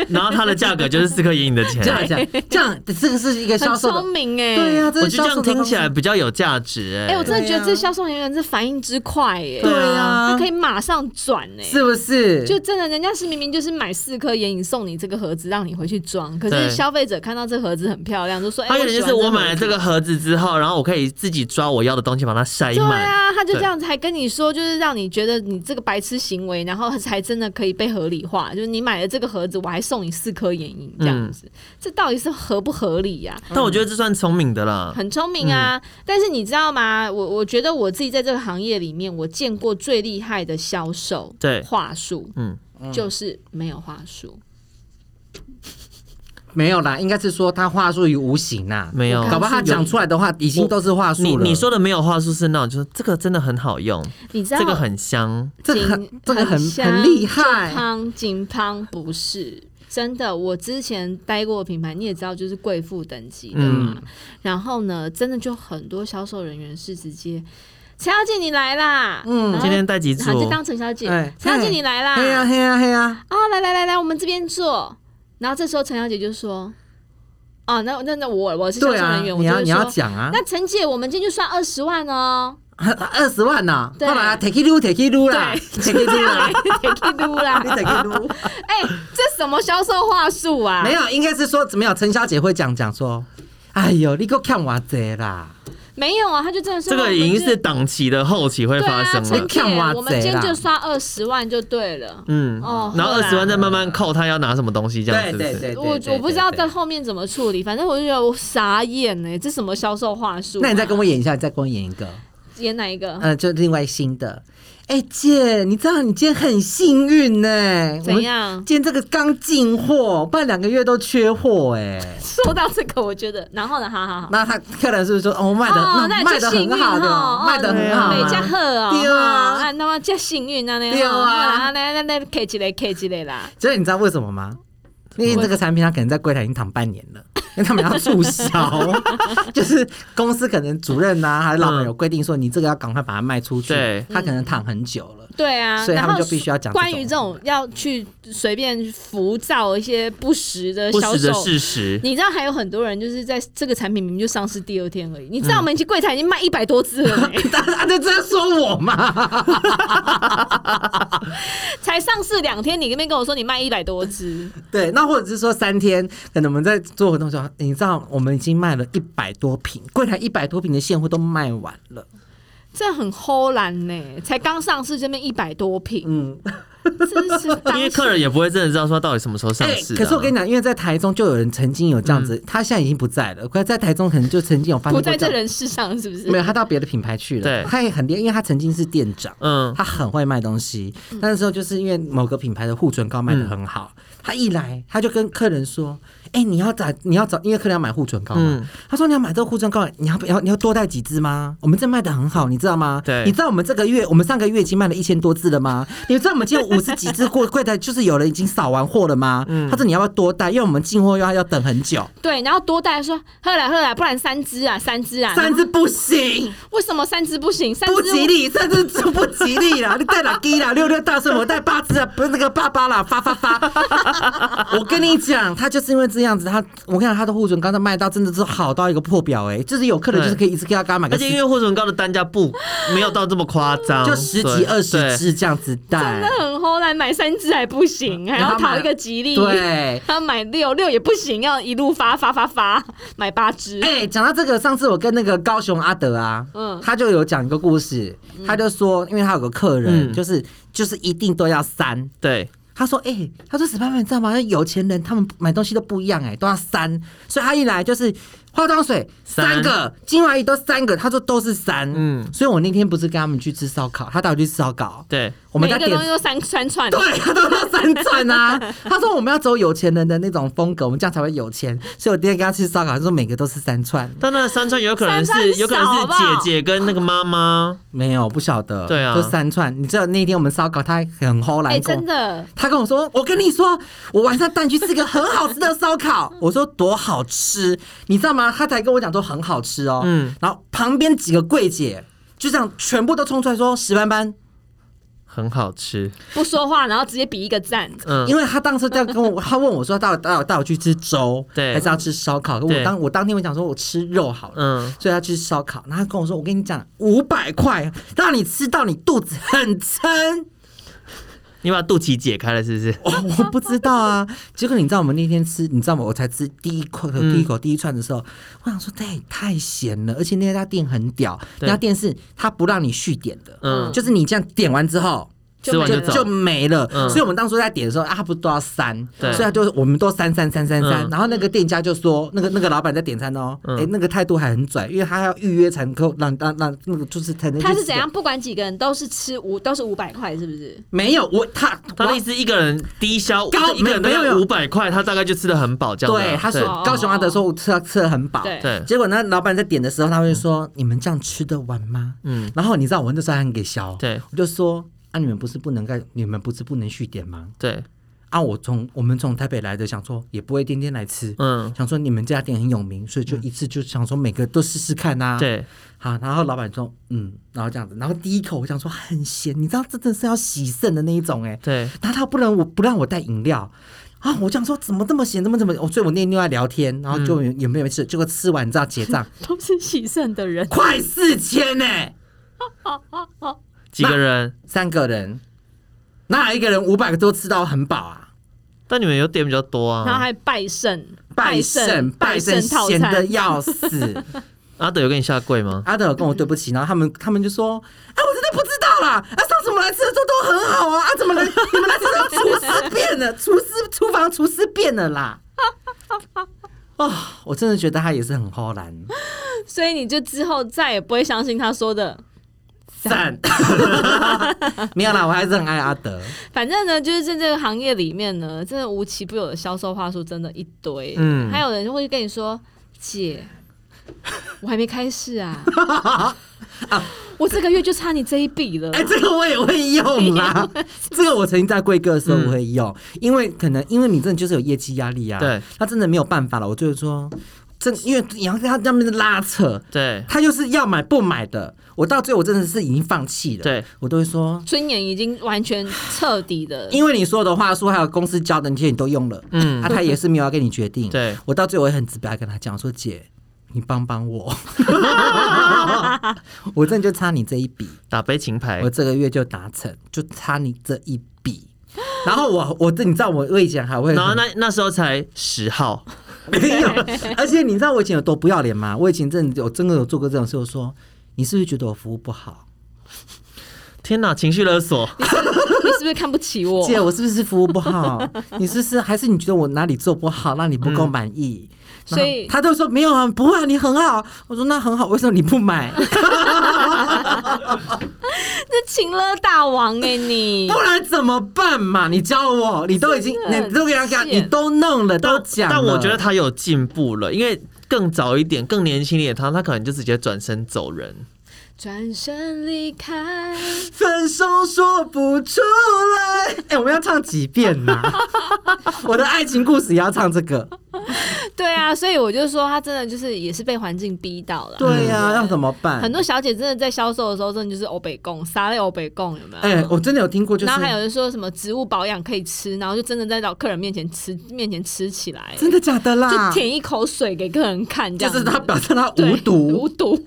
[SPEAKER 2] 然后它的价格就是四颗眼影的 钱
[SPEAKER 4] 这。样讲，这样这个是一个销
[SPEAKER 3] 很
[SPEAKER 4] 售的
[SPEAKER 3] 聪，明哎、
[SPEAKER 4] 对呀、、这
[SPEAKER 2] 我
[SPEAKER 4] 是
[SPEAKER 2] 觉得这
[SPEAKER 4] 销售
[SPEAKER 2] 样
[SPEAKER 4] 的
[SPEAKER 2] 听
[SPEAKER 4] 方
[SPEAKER 2] 起来
[SPEAKER 4] 式。
[SPEAKER 2] 比较有价值哎、
[SPEAKER 3] 哎、我真的觉得
[SPEAKER 4] 对
[SPEAKER 3] 这
[SPEAKER 4] 啊
[SPEAKER 3] 销售人员这反应之快耶、
[SPEAKER 4] 对啊
[SPEAKER 3] 他可以马上转呢、
[SPEAKER 4] 是不是？
[SPEAKER 3] 就真的，人家是明明就是买四颗眼影送你这个盒子，让你回去装。可
[SPEAKER 2] 对
[SPEAKER 3] 是消费者看到这盒子很漂亮，就说：“哎、
[SPEAKER 2] 它有点就是我买了
[SPEAKER 3] 了
[SPEAKER 2] 这个。盒子之后，然后我可以自己抓我要的东西把它”筛
[SPEAKER 3] 对
[SPEAKER 2] 满。
[SPEAKER 3] 啊，他就这样子还跟你说，就是让你觉得你这个白痴行为，然后才真的可以被合理化。就是你买了这个盒子，我还送你四颗眼影，这样
[SPEAKER 2] 嗯
[SPEAKER 3] 子，这到底是合不合理呀、
[SPEAKER 2] 但我觉得这算聪明的啦。
[SPEAKER 3] 很聪明啊，
[SPEAKER 2] 嗯
[SPEAKER 3] 但是你知道吗？我我觉得我自己在这个行业里面，我见过最厉害的销售
[SPEAKER 2] 对
[SPEAKER 3] 话术，
[SPEAKER 2] 嗯，
[SPEAKER 3] 就是没有话术。
[SPEAKER 4] 没有啦，应该是说他话术于无形呐、
[SPEAKER 2] 没有
[SPEAKER 4] 搞不好他讲出来的话已经都是话术
[SPEAKER 2] 你
[SPEAKER 4] 了。
[SPEAKER 2] 你说的没有话术是那种，就是这个真的很好用，
[SPEAKER 3] 你知道
[SPEAKER 2] 这个很香。
[SPEAKER 4] 这个
[SPEAKER 3] 金
[SPEAKER 4] 很这个很
[SPEAKER 3] 香
[SPEAKER 4] 很厉害
[SPEAKER 3] 金汤金汤不是真的，我之前待过的品牌，你也知道，就是贵妇等级的嘛。
[SPEAKER 2] 嗯
[SPEAKER 3] 然后呢，真的就很多销售人员是直接。陈小姐，你来啦！
[SPEAKER 4] 嗯
[SPEAKER 3] 然后
[SPEAKER 2] 今天嗯带几组
[SPEAKER 3] 然后就当陈小姐
[SPEAKER 4] 哎，
[SPEAKER 3] 陈小姐你来啦！
[SPEAKER 4] 嘿呀嘿呀嘿呀，
[SPEAKER 3] 啊、来来来来，我们这边坐。然后这时候陈小姐就说：“哦，那那那我我是销售
[SPEAKER 4] 对啊，
[SPEAKER 3] 人员，我
[SPEAKER 4] 你
[SPEAKER 3] 就
[SPEAKER 4] 要
[SPEAKER 3] 会
[SPEAKER 4] 你要
[SPEAKER 3] 说
[SPEAKER 4] 讲啊，
[SPEAKER 3] 那陈姐，我们今天就算二十万 哦。
[SPEAKER 4] 二十万呐、啊
[SPEAKER 3] 对
[SPEAKER 4] 好啦，take it do take it do 啦
[SPEAKER 3] 对
[SPEAKER 4] ，take it do 啦，
[SPEAKER 3] Take it do 啦
[SPEAKER 4] 你 take it do。
[SPEAKER 3] 哎、这什么销售话术啊？
[SPEAKER 4] 没有，应该是说没有，陈小姐会讲讲说，哎呦，你给我看我这啦，
[SPEAKER 3] 没有啊，他就真的是
[SPEAKER 2] 这个已经是档期的后期会
[SPEAKER 3] 对
[SPEAKER 2] 发
[SPEAKER 3] 啊，
[SPEAKER 2] 生
[SPEAKER 3] 陈
[SPEAKER 2] 了。
[SPEAKER 3] 姐，
[SPEAKER 4] 看哇
[SPEAKER 3] 我们今天
[SPEAKER 4] 贼啦
[SPEAKER 3] 就刷二十万就对了。
[SPEAKER 2] 嗯，
[SPEAKER 3] 哦
[SPEAKER 2] 然后
[SPEAKER 3] 后
[SPEAKER 2] 二
[SPEAKER 3] 来
[SPEAKER 2] 十万再慢慢扣他要拿什么东西，这样
[SPEAKER 4] 对
[SPEAKER 2] 子。
[SPEAKER 4] 对对，对
[SPEAKER 3] 我我不知道在。
[SPEAKER 4] 对对对
[SPEAKER 3] 后面怎么处理，反正我就觉得我傻眼呢、这什么销售话术、
[SPEAKER 4] 那你再跟
[SPEAKER 3] 我
[SPEAKER 4] 我演一下，你再跟我演一个，
[SPEAKER 3] 演哪一个？
[SPEAKER 4] 呃，就另外新的。哎、姐，你知道你今天很幸运呢、我
[SPEAKER 3] 怎
[SPEAKER 4] 们
[SPEAKER 3] 样？
[SPEAKER 4] 今天这个刚进货，不然两个月都缺货哎、
[SPEAKER 3] 说到这个，我觉得，然后呢？好好好。
[SPEAKER 4] 那他客人是不是说哦卖的、
[SPEAKER 3] 哦，那
[SPEAKER 4] 卖
[SPEAKER 3] 就
[SPEAKER 4] 的
[SPEAKER 3] 幸运
[SPEAKER 4] 很好的，
[SPEAKER 3] 哦
[SPEAKER 4] 卖的很好、
[SPEAKER 3] 哦
[SPEAKER 4] 啊，
[SPEAKER 3] 美加贺哦，
[SPEAKER 4] 对啊
[SPEAKER 3] 哦那那么加幸运啊，那
[SPEAKER 4] 对啊
[SPEAKER 3] 那那那 K 几嘞 K 几嘞啦，
[SPEAKER 4] 所以你知道为什么吗？因为这个产品它可能在柜台已经躺半年了，因为他们要促销，就是公司可能主任呐、啊、还是老板有规定说你这个要赶快把它卖出去
[SPEAKER 2] 对，
[SPEAKER 4] 他可能躺很久了。
[SPEAKER 3] 对啊，
[SPEAKER 4] 所以他们
[SPEAKER 3] 然后
[SPEAKER 4] 就必须要讲这种
[SPEAKER 3] 关于这种要去随便浮躁一些不实的
[SPEAKER 2] 不
[SPEAKER 3] 销
[SPEAKER 2] 实的
[SPEAKER 3] 售。
[SPEAKER 2] 事实。
[SPEAKER 3] 你知道还有很多人就是在这个产品明明就上市第二天而已，你知
[SPEAKER 4] 嗯
[SPEAKER 3] 道我们已经柜台已经卖一百多只了、 欸，
[SPEAKER 4] 他他就这样说我嘛？
[SPEAKER 3] 才上市两天，你那边跟我说你卖一百多 只，
[SPEAKER 4] 对，那或者是说三天，可能我们在做活动的时候，你知道我们已经卖了一百多瓶，柜台一百多瓶的现货都卖完了，
[SPEAKER 3] 这很齁蓝呢，才刚上市这边一百多瓶，
[SPEAKER 4] 嗯，
[SPEAKER 3] 真是当
[SPEAKER 2] 因为客人也不会真的知道说到底什么时候上
[SPEAKER 4] 哎、
[SPEAKER 2] 市、啊
[SPEAKER 4] 可是我跟你讲，因为在台中就有人曾经有这样子，他现在已经不在了，可是在台中可能就曾经有发
[SPEAKER 3] 不
[SPEAKER 4] 生过
[SPEAKER 3] 在
[SPEAKER 4] 这
[SPEAKER 3] 这
[SPEAKER 4] 样，
[SPEAKER 3] 人世上是不是？
[SPEAKER 4] 没有他到别的品牌去了，
[SPEAKER 2] 对
[SPEAKER 4] 他也很厉害，因为他曾经是店长，
[SPEAKER 2] 嗯，
[SPEAKER 4] 他很会卖东西。那时候就是因为某个品牌的护唇膏卖的很好，
[SPEAKER 2] 嗯
[SPEAKER 4] 他一来他就跟客人说：“哎、你要找你要找，因为客人要买护唇膏嘛。
[SPEAKER 2] 嗯
[SPEAKER 4] 他说：“你要买这个护唇膏，你要不要你要多带几支吗？我们这卖的很好，你知道吗？
[SPEAKER 2] 对
[SPEAKER 4] 你知道我们这个月我们上个月已经卖了一千多支了吗？你知道我们今天五十几支过 柜台就是有人已经扫完货了吗？
[SPEAKER 2] 嗯
[SPEAKER 4] 他说你要不要多带，因为我们进货要要等很久，
[SPEAKER 3] 对，然后多带说喝来喝来，不然三支啊，三支啊，
[SPEAKER 4] 三支不行。”
[SPEAKER 3] 为什么三支不行？三支
[SPEAKER 4] 不吉利，甚至就不吉利啦！你 带哪鸡啦？六六大顺，我带八只啊，不是那个爸爸啦，发发 发！我跟你讲，他就是因为这样子，他我跟你讲，他的护唇膏他卖到真的是好到一个破表哎、就是有客人就是可以一直给他给他买个
[SPEAKER 2] 而且因
[SPEAKER 4] 十，
[SPEAKER 2] 为护唇膏的单价不没有到这么夸张，
[SPEAKER 4] 就十
[SPEAKER 2] 对
[SPEAKER 4] 几二十。
[SPEAKER 2] 对
[SPEAKER 4] 支这样子带
[SPEAKER 3] 真的，很齁烂，买三支还不行，还
[SPEAKER 4] 嗯然
[SPEAKER 3] 要
[SPEAKER 4] 后买
[SPEAKER 3] 讨一个吉利。
[SPEAKER 4] 对。
[SPEAKER 3] 他买六六也不行，要一路发发发发，买八支。
[SPEAKER 4] 哎、讲到这个，上次我跟那个高雄阿德啊，
[SPEAKER 3] 嗯
[SPEAKER 4] 他就有讲一个故事，他就说，因为他有个客人，
[SPEAKER 2] 嗯
[SPEAKER 4] 就是就是一定都要三，
[SPEAKER 2] 对，
[SPEAKER 4] 他说：“哎、他说史派曼，你知道吗？那有钱人他们买东西都不一样、哎，都要三。所以他一来就是化妆水
[SPEAKER 2] 三
[SPEAKER 4] 三个，精华液都三个，他说都是三。
[SPEAKER 2] 嗯
[SPEAKER 4] 嗯，所以我那天不是跟他们去吃烧烤，他带我去吃烧烤，
[SPEAKER 2] 对，
[SPEAKER 4] 我们
[SPEAKER 3] 每一
[SPEAKER 4] 在
[SPEAKER 3] 个
[SPEAKER 4] 点
[SPEAKER 3] 东西都三三串。
[SPEAKER 4] 对，他都要三串啊。他说我们要走有钱人的那种风格，我们这样才会有钱。所以我第天跟他吃烧烤，他说每个都是三串，
[SPEAKER 2] 但那三串有可能
[SPEAKER 3] 三串
[SPEAKER 2] 是
[SPEAKER 3] 少
[SPEAKER 2] 有可能是
[SPEAKER 3] 好不好
[SPEAKER 2] 姐姐跟那个妈妈，
[SPEAKER 4] 没有不晓得，
[SPEAKER 2] 对啊
[SPEAKER 4] 就三串。你知道那天我们烧烤，他还很齁
[SPEAKER 3] 哎、
[SPEAKER 4] 来跟我
[SPEAKER 3] 真的，
[SPEAKER 4] 他跟我说：“我跟你说，我晚上带你去吃个很好吃的 烧烤。”我说：“多好吃，你知道吗？”他才跟我讲说很好吃哦。
[SPEAKER 2] 嗯
[SPEAKER 4] 嗯，然后旁边几个柜姐就这样全部都冲出来说：“石斑斑。
[SPEAKER 2] 很好吃。
[SPEAKER 3] 不说话，然后直接比一个赞。
[SPEAKER 2] 嗯，
[SPEAKER 4] 因为他当时在跟 我，他问我说：“带带带我去吃粥，
[SPEAKER 2] 对
[SPEAKER 4] 还是要吃烧烤？”
[SPEAKER 2] 对
[SPEAKER 4] 我当我当天我讲说我吃肉好了，
[SPEAKER 2] 嗯
[SPEAKER 4] 嗯，所以他去吃烧烤，然后他跟我说：“我跟你讲，五百块让你吃到你肚子很撑。”
[SPEAKER 2] 你把肚脐解开了是不是？
[SPEAKER 4] 我我不知道啊。结果你知道我们那天吃，你知道吗？我才吃第一口、
[SPEAKER 2] 嗯
[SPEAKER 4] 第一口、第一串的时候，我想说，这也太咸了。而且那家店很屌，
[SPEAKER 2] 对
[SPEAKER 4] 那家店是他不让你续点的，
[SPEAKER 2] 嗯
[SPEAKER 4] 就是你这样点完之后。
[SPEAKER 3] 就
[SPEAKER 2] 吃完
[SPEAKER 3] 没
[SPEAKER 2] 就
[SPEAKER 3] 了
[SPEAKER 2] 走，
[SPEAKER 4] 就没了，
[SPEAKER 2] 嗯
[SPEAKER 4] 所以我们当初在点的时候啊，他不是都要三，
[SPEAKER 2] 对
[SPEAKER 4] 所以他就我们都三三三三三
[SPEAKER 2] 嗯，
[SPEAKER 4] 然后那个店家就说，那个那个老板在点餐哦，
[SPEAKER 2] 嗯
[SPEAKER 4] 哎，那个态度还很拽，因为他要预约才能够让让让那个就是才能去
[SPEAKER 3] 他是
[SPEAKER 4] 吃
[SPEAKER 3] 怎样？不管几个人都是吃五，都是五百块，是不是？
[SPEAKER 4] 没有我他
[SPEAKER 2] 他
[SPEAKER 4] 我
[SPEAKER 2] 的意思一个人低消，
[SPEAKER 4] 高
[SPEAKER 2] 一个人大
[SPEAKER 4] 没有没
[SPEAKER 2] 概
[SPEAKER 4] 有
[SPEAKER 2] 五百块，他大概就吃的很饱这样子啊。
[SPEAKER 4] 对，他说高雄阿德说我吃了吃的很饱，
[SPEAKER 3] 对
[SPEAKER 2] 对
[SPEAKER 4] 结果呢，老板在点的时候，他会说：“你们这样吃得完吗？”
[SPEAKER 2] 嗯
[SPEAKER 4] 嗯，然后你知道我那时候还很给削，
[SPEAKER 2] 对
[SPEAKER 4] 我就说：“啊，你们不是不能干，你们不是不能续点吗？
[SPEAKER 2] 对，
[SPEAKER 4] 啊，我从我们从台北来的，想说也不会天天来吃，
[SPEAKER 2] 嗯，
[SPEAKER 4] 想说你们这家店很有名，所以就一次就想说每个都试试看呐、啊。，
[SPEAKER 2] 对，
[SPEAKER 4] 好，然后老板说：“嗯，然后这样子，然后第一口我想说很咸，你知道真的是要洗肾的那一种哎、
[SPEAKER 2] 对，
[SPEAKER 4] 然后他不能我不让我带饮料啊！我讲说怎么这么咸，怎么怎么，我所以我那天又在聊天，然后就
[SPEAKER 2] 嗯
[SPEAKER 4] 也也没有吃，结果吃完你知道结账
[SPEAKER 3] 都是喜盛的人，
[SPEAKER 4] 快四千呢、
[SPEAKER 2] 几个人？
[SPEAKER 4] 三个人，哪有一个人五百个都吃到很饱啊？
[SPEAKER 2] 但你们有点比较多
[SPEAKER 3] 然后
[SPEAKER 2] 啊。
[SPEAKER 3] 还拜圣，
[SPEAKER 4] 拜
[SPEAKER 3] 圣，
[SPEAKER 4] 圣
[SPEAKER 3] 拜
[SPEAKER 4] 拜圣，
[SPEAKER 3] 套
[SPEAKER 4] 咸的
[SPEAKER 3] 餐。
[SPEAKER 4] 要死。
[SPEAKER 2] 阿德有跟你下跪吗？
[SPEAKER 4] 阿德有跟我对不起，然后他们他们就说：“啊，我真的不知道啦！啊，上次我们来吃的时候都很好啊，啊，怎么来你们来吃到厨师变了， 厨师厨房厨师变了啦！” 哦，我真的觉得他也是很齁然。
[SPEAKER 3] 所以你就之后再也不会相信他说的。
[SPEAKER 4] 赞， 没有啦，我还是很爱阿德。
[SPEAKER 3] 反正呢，就是在这个行业里面呢，真的无奇不有的销售话术真的一堆。
[SPEAKER 2] 嗯
[SPEAKER 3] 嗯，还有人会跟你说：“姐，我还没开市啊， 我这个月就差你这一笔了。
[SPEAKER 4] 哎、这个我也会用啦，这个我曾经在贵哥的时候
[SPEAKER 2] 嗯
[SPEAKER 4] 我会用，因为可能因为你真的就是有业绩压力啊，
[SPEAKER 2] 对，
[SPEAKER 4] 他真的没有办法了，我就是说，真因为你要跟他那边拉扯，
[SPEAKER 2] 对，
[SPEAKER 4] 他就是要买不买的，我到最后我真的是已经放弃了，
[SPEAKER 2] 对
[SPEAKER 4] 我都会说，
[SPEAKER 3] 尊严已经完全彻底的，
[SPEAKER 4] 因为你所有的话术还有公司教的那些你都用了，
[SPEAKER 2] 嗯
[SPEAKER 4] 嗯，啊，他也是没有要跟你决定，
[SPEAKER 2] 对
[SPEAKER 4] 我到最后我也很直白地跟他讲，我说姐，你帮帮我， 我真的就差你这一笔，
[SPEAKER 2] 打悲情牌
[SPEAKER 4] 我。这个月就达成，就差你这一笔。然后我我这你知道我我以前还会很，
[SPEAKER 2] 然后那那时候才十号，
[SPEAKER 4] 没有，而且你知道我以前有多不要脸吗？我以前真的有真的有做过这种事，我说你是不是觉得我服务不好？
[SPEAKER 2] 天哪，情绪勒索，
[SPEAKER 3] 你是不是看不起我？
[SPEAKER 4] 姐，我是不是服务不好？你是不是还是你觉得我哪里做不好，让你不够满意？
[SPEAKER 3] 所以
[SPEAKER 4] 然后他都说没有啊，不会啊，你很好。我说那很好，为什么你不买？
[SPEAKER 3] 这情勒大王哎、你
[SPEAKER 4] 不然怎么办嘛？你教我，你都已经，
[SPEAKER 3] 真的
[SPEAKER 4] 你都给他讲，
[SPEAKER 3] 很
[SPEAKER 4] 你
[SPEAKER 3] 贱
[SPEAKER 4] 都弄了，都
[SPEAKER 2] 但
[SPEAKER 4] 讲了。
[SPEAKER 2] 但我觉得他有进步了，因为更早一点、更年轻一点的他，他可能就直接转身走人。
[SPEAKER 3] 转身离开，
[SPEAKER 4] 分手说不出来。哎、我们要唱几遍呐、 我的爱情故事也要唱这个。
[SPEAKER 3] 对啊，所以我就说他真的就是也是被环境逼到了。啊
[SPEAKER 4] 对呀、要怎么办？
[SPEAKER 3] 很多小姐真的在销售的时候，真的就是欧北贡，撒类欧北贡有没有？
[SPEAKER 4] 哎、我真的有听过，就是
[SPEAKER 3] 然后还有人说什么植物保养可以吃，然后就真的在老客人面前吃，面前吃起来，
[SPEAKER 4] 真的假的啦？
[SPEAKER 3] 就舔一口水给客人看，这样
[SPEAKER 4] 就是
[SPEAKER 3] 子
[SPEAKER 4] 他表示他
[SPEAKER 3] 对
[SPEAKER 4] 无毒
[SPEAKER 3] 无。毒，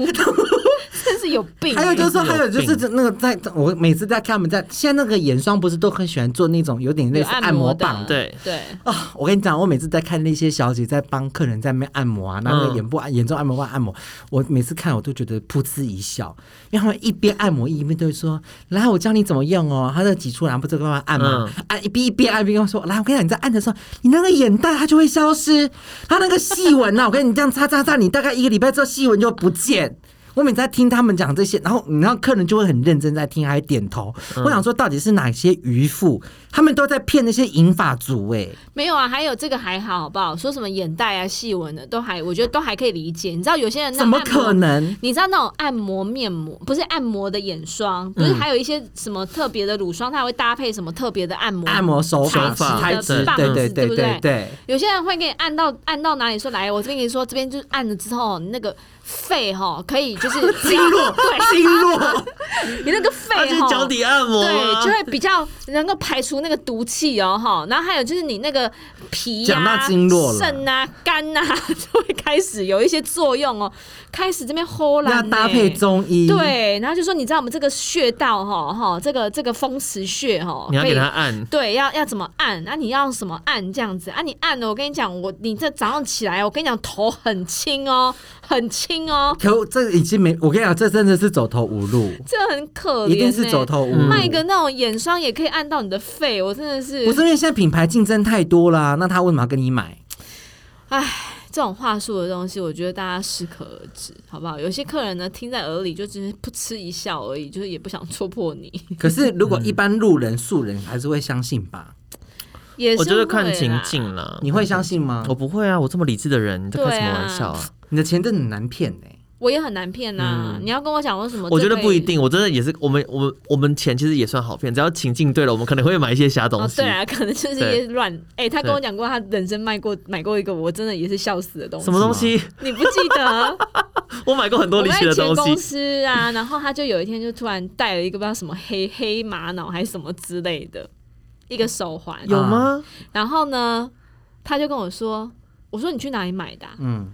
[SPEAKER 3] 真是有病。
[SPEAKER 4] 还有就是说，
[SPEAKER 2] 有病
[SPEAKER 4] 还有就是那个在，我每次在看他们在现在那个眼霜不是都很喜欢做那种有点类
[SPEAKER 3] 有
[SPEAKER 4] 似
[SPEAKER 3] 按
[SPEAKER 4] 摩
[SPEAKER 3] 摩的
[SPEAKER 4] 棒的
[SPEAKER 2] 对
[SPEAKER 3] 对，
[SPEAKER 4] 啊、我跟你讲，我每次在看那些小姐在帮客人在那边按摩啊，那个
[SPEAKER 2] 嗯
[SPEAKER 4] 眼部按、眼周按摩棒按摩，我每次看我都觉得噗嗤一笑，因为他们一边按摩一边都会说：“来，我教你怎么用哦。”他就挤出来，不就慢慢按嘛，按一边一边按一边跟我说：“来，我跟你讲，你在按的时候，你那个眼袋它就会消失，它那个细纹啊 呐、我跟你这样擦擦擦，你大概一个礼拜之后细纹就不见。”我每次在听他们讲这些，然后你知道客人就会很认真在听，还点头。我想说，到底是哪些渔夫，他们都在骗那些银发族哎、
[SPEAKER 3] 没有啊，还有这个还好，好不好？说什么眼袋啊、细纹的，都还我觉得都还可以理解。你知道有些人那
[SPEAKER 4] 怎么
[SPEAKER 3] 按摩
[SPEAKER 4] 可？能？
[SPEAKER 3] 你知道那种按摩面膜，不是按摩的眼霜，不是还有一些什么特别的乳霜，它还会搭配什么特别的按摩
[SPEAKER 4] 按摩手法、
[SPEAKER 2] 手法
[SPEAKER 4] 材质，
[SPEAKER 3] 棒
[SPEAKER 4] 对
[SPEAKER 3] 子
[SPEAKER 4] 对
[SPEAKER 3] 对不
[SPEAKER 4] 对
[SPEAKER 3] 对
[SPEAKER 4] 对。
[SPEAKER 3] 有些人会给你按到按到哪里说来，我这边跟你说，这边就是按了之后，你那个肺哈可以就 是经络， 对，
[SPEAKER 4] 经络，
[SPEAKER 3] 你那个肺
[SPEAKER 2] 他就是
[SPEAKER 3] 哈
[SPEAKER 2] 脚底按摩
[SPEAKER 3] 对
[SPEAKER 2] 啊，，
[SPEAKER 3] 就会比较能够排除那个毒气哦，哈。然后还有就是你那个脾
[SPEAKER 4] 讲
[SPEAKER 3] 呀、
[SPEAKER 4] 到经络了
[SPEAKER 3] 肾啊、肝啊， 就会开始有一些作用哦，开始这边齁啦、
[SPEAKER 4] 要搭配中
[SPEAKER 3] 欸
[SPEAKER 4] 医。，
[SPEAKER 3] 对，然后就说你知道我们这个穴道哈哈，这个这个风池穴哈，
[SPEAKER 2] 你要
[SPEAKER 3] 可以
[SPEAKER 2] 给他按。
[SPEAKER 3] 对，要要怎么按？那、你要用什么按这样子？啊，你按了，我跟你讲，我你这早上起来，我跟你讲，头很轻哦，很轻哦，
[SPEAKER 4] 可这已经没，我跟你讲，这真的是走投无路，
[SPEAKER 3] 这很可怜、欸，
[SPEAKER 4] 一定是走投无
[SPEAKER 2] 嗯
[SPEAKER 4] 路。
[SPEAKER 3] 卖一个那种眼霜也可以按到你的肺，我真的是，
[SPEAKER 4] 不是因为现在品牌竞争太多啦，那他为什么要跟你买？
[SPEAKER 3] 这种话术的东西，我觉得大家适可而止，好不好？有些客人呢，听在耳里就只是噗嗤一笑而已，就是也不想戳破你，
[SPEAKER 4] 可是
[SPEAKER 3] 嗯
[SPEAKER 4] 如果一般路人、素人还是会相信吧？
[SPEAKER 3] 也是
[SPEAKER 2] 我觉得看
[SPEAKER 3] 会啦
[SPEAKER 2] 情。境啦。
[SPEAKER 4] 你会相信吗
[SPEAKER 2] 我？不会啊，我这么理智的人，你在开什么玩笑啊？
[SPEAKER 4] 你的钱真的很难骗欸呢。
[SPEAKER 3] 我也很难骗呐、你要跟我讲说什么？
[SPEAKER 2] 嗯我觉得
[SPEAKER 3] 这可以
[SPEAKER 2] 不一。定，我真的也是，我们我们我们钱其实也算好骗，只要情境对了，我们可能会买一些瞎东
[SPEAKER 3] 哦，
[SPEAKER 2] 西
[SPEAKER 3] 对，啊， 可能就是一些乱。哎、他跟
[SPEAKER 2] 对
[SPEAKER 3] 我讲过，他人生卖过买过一个，我真的也是笑死的东西。
[SPEAKER 2] 什么东西？
[SPEAKER 3] 你不记得？
[SPEAKER 2] 我买过很多
[SPEAKER 3] 我
[SPEAKER 2] 离
[SPEAKER 3] 在
[SPEAKER 2] 奇的
[SPEAKER 3] 前
[SPEAKER 2] 东
[SPEAKER 3] 公
[SPEAKER 2] 西，
[SPEAKER 3] 司啊，然后他就有一天就突然带了一个不知道什么黑黑玛瑙还是什么之类的一个手环，
[SPEAKER 2] 有吗？
[SPEAKER 3] 然后呢，他就跟我说：“我说你去哪里买的啊、
[SPEAKER 4] 嗯，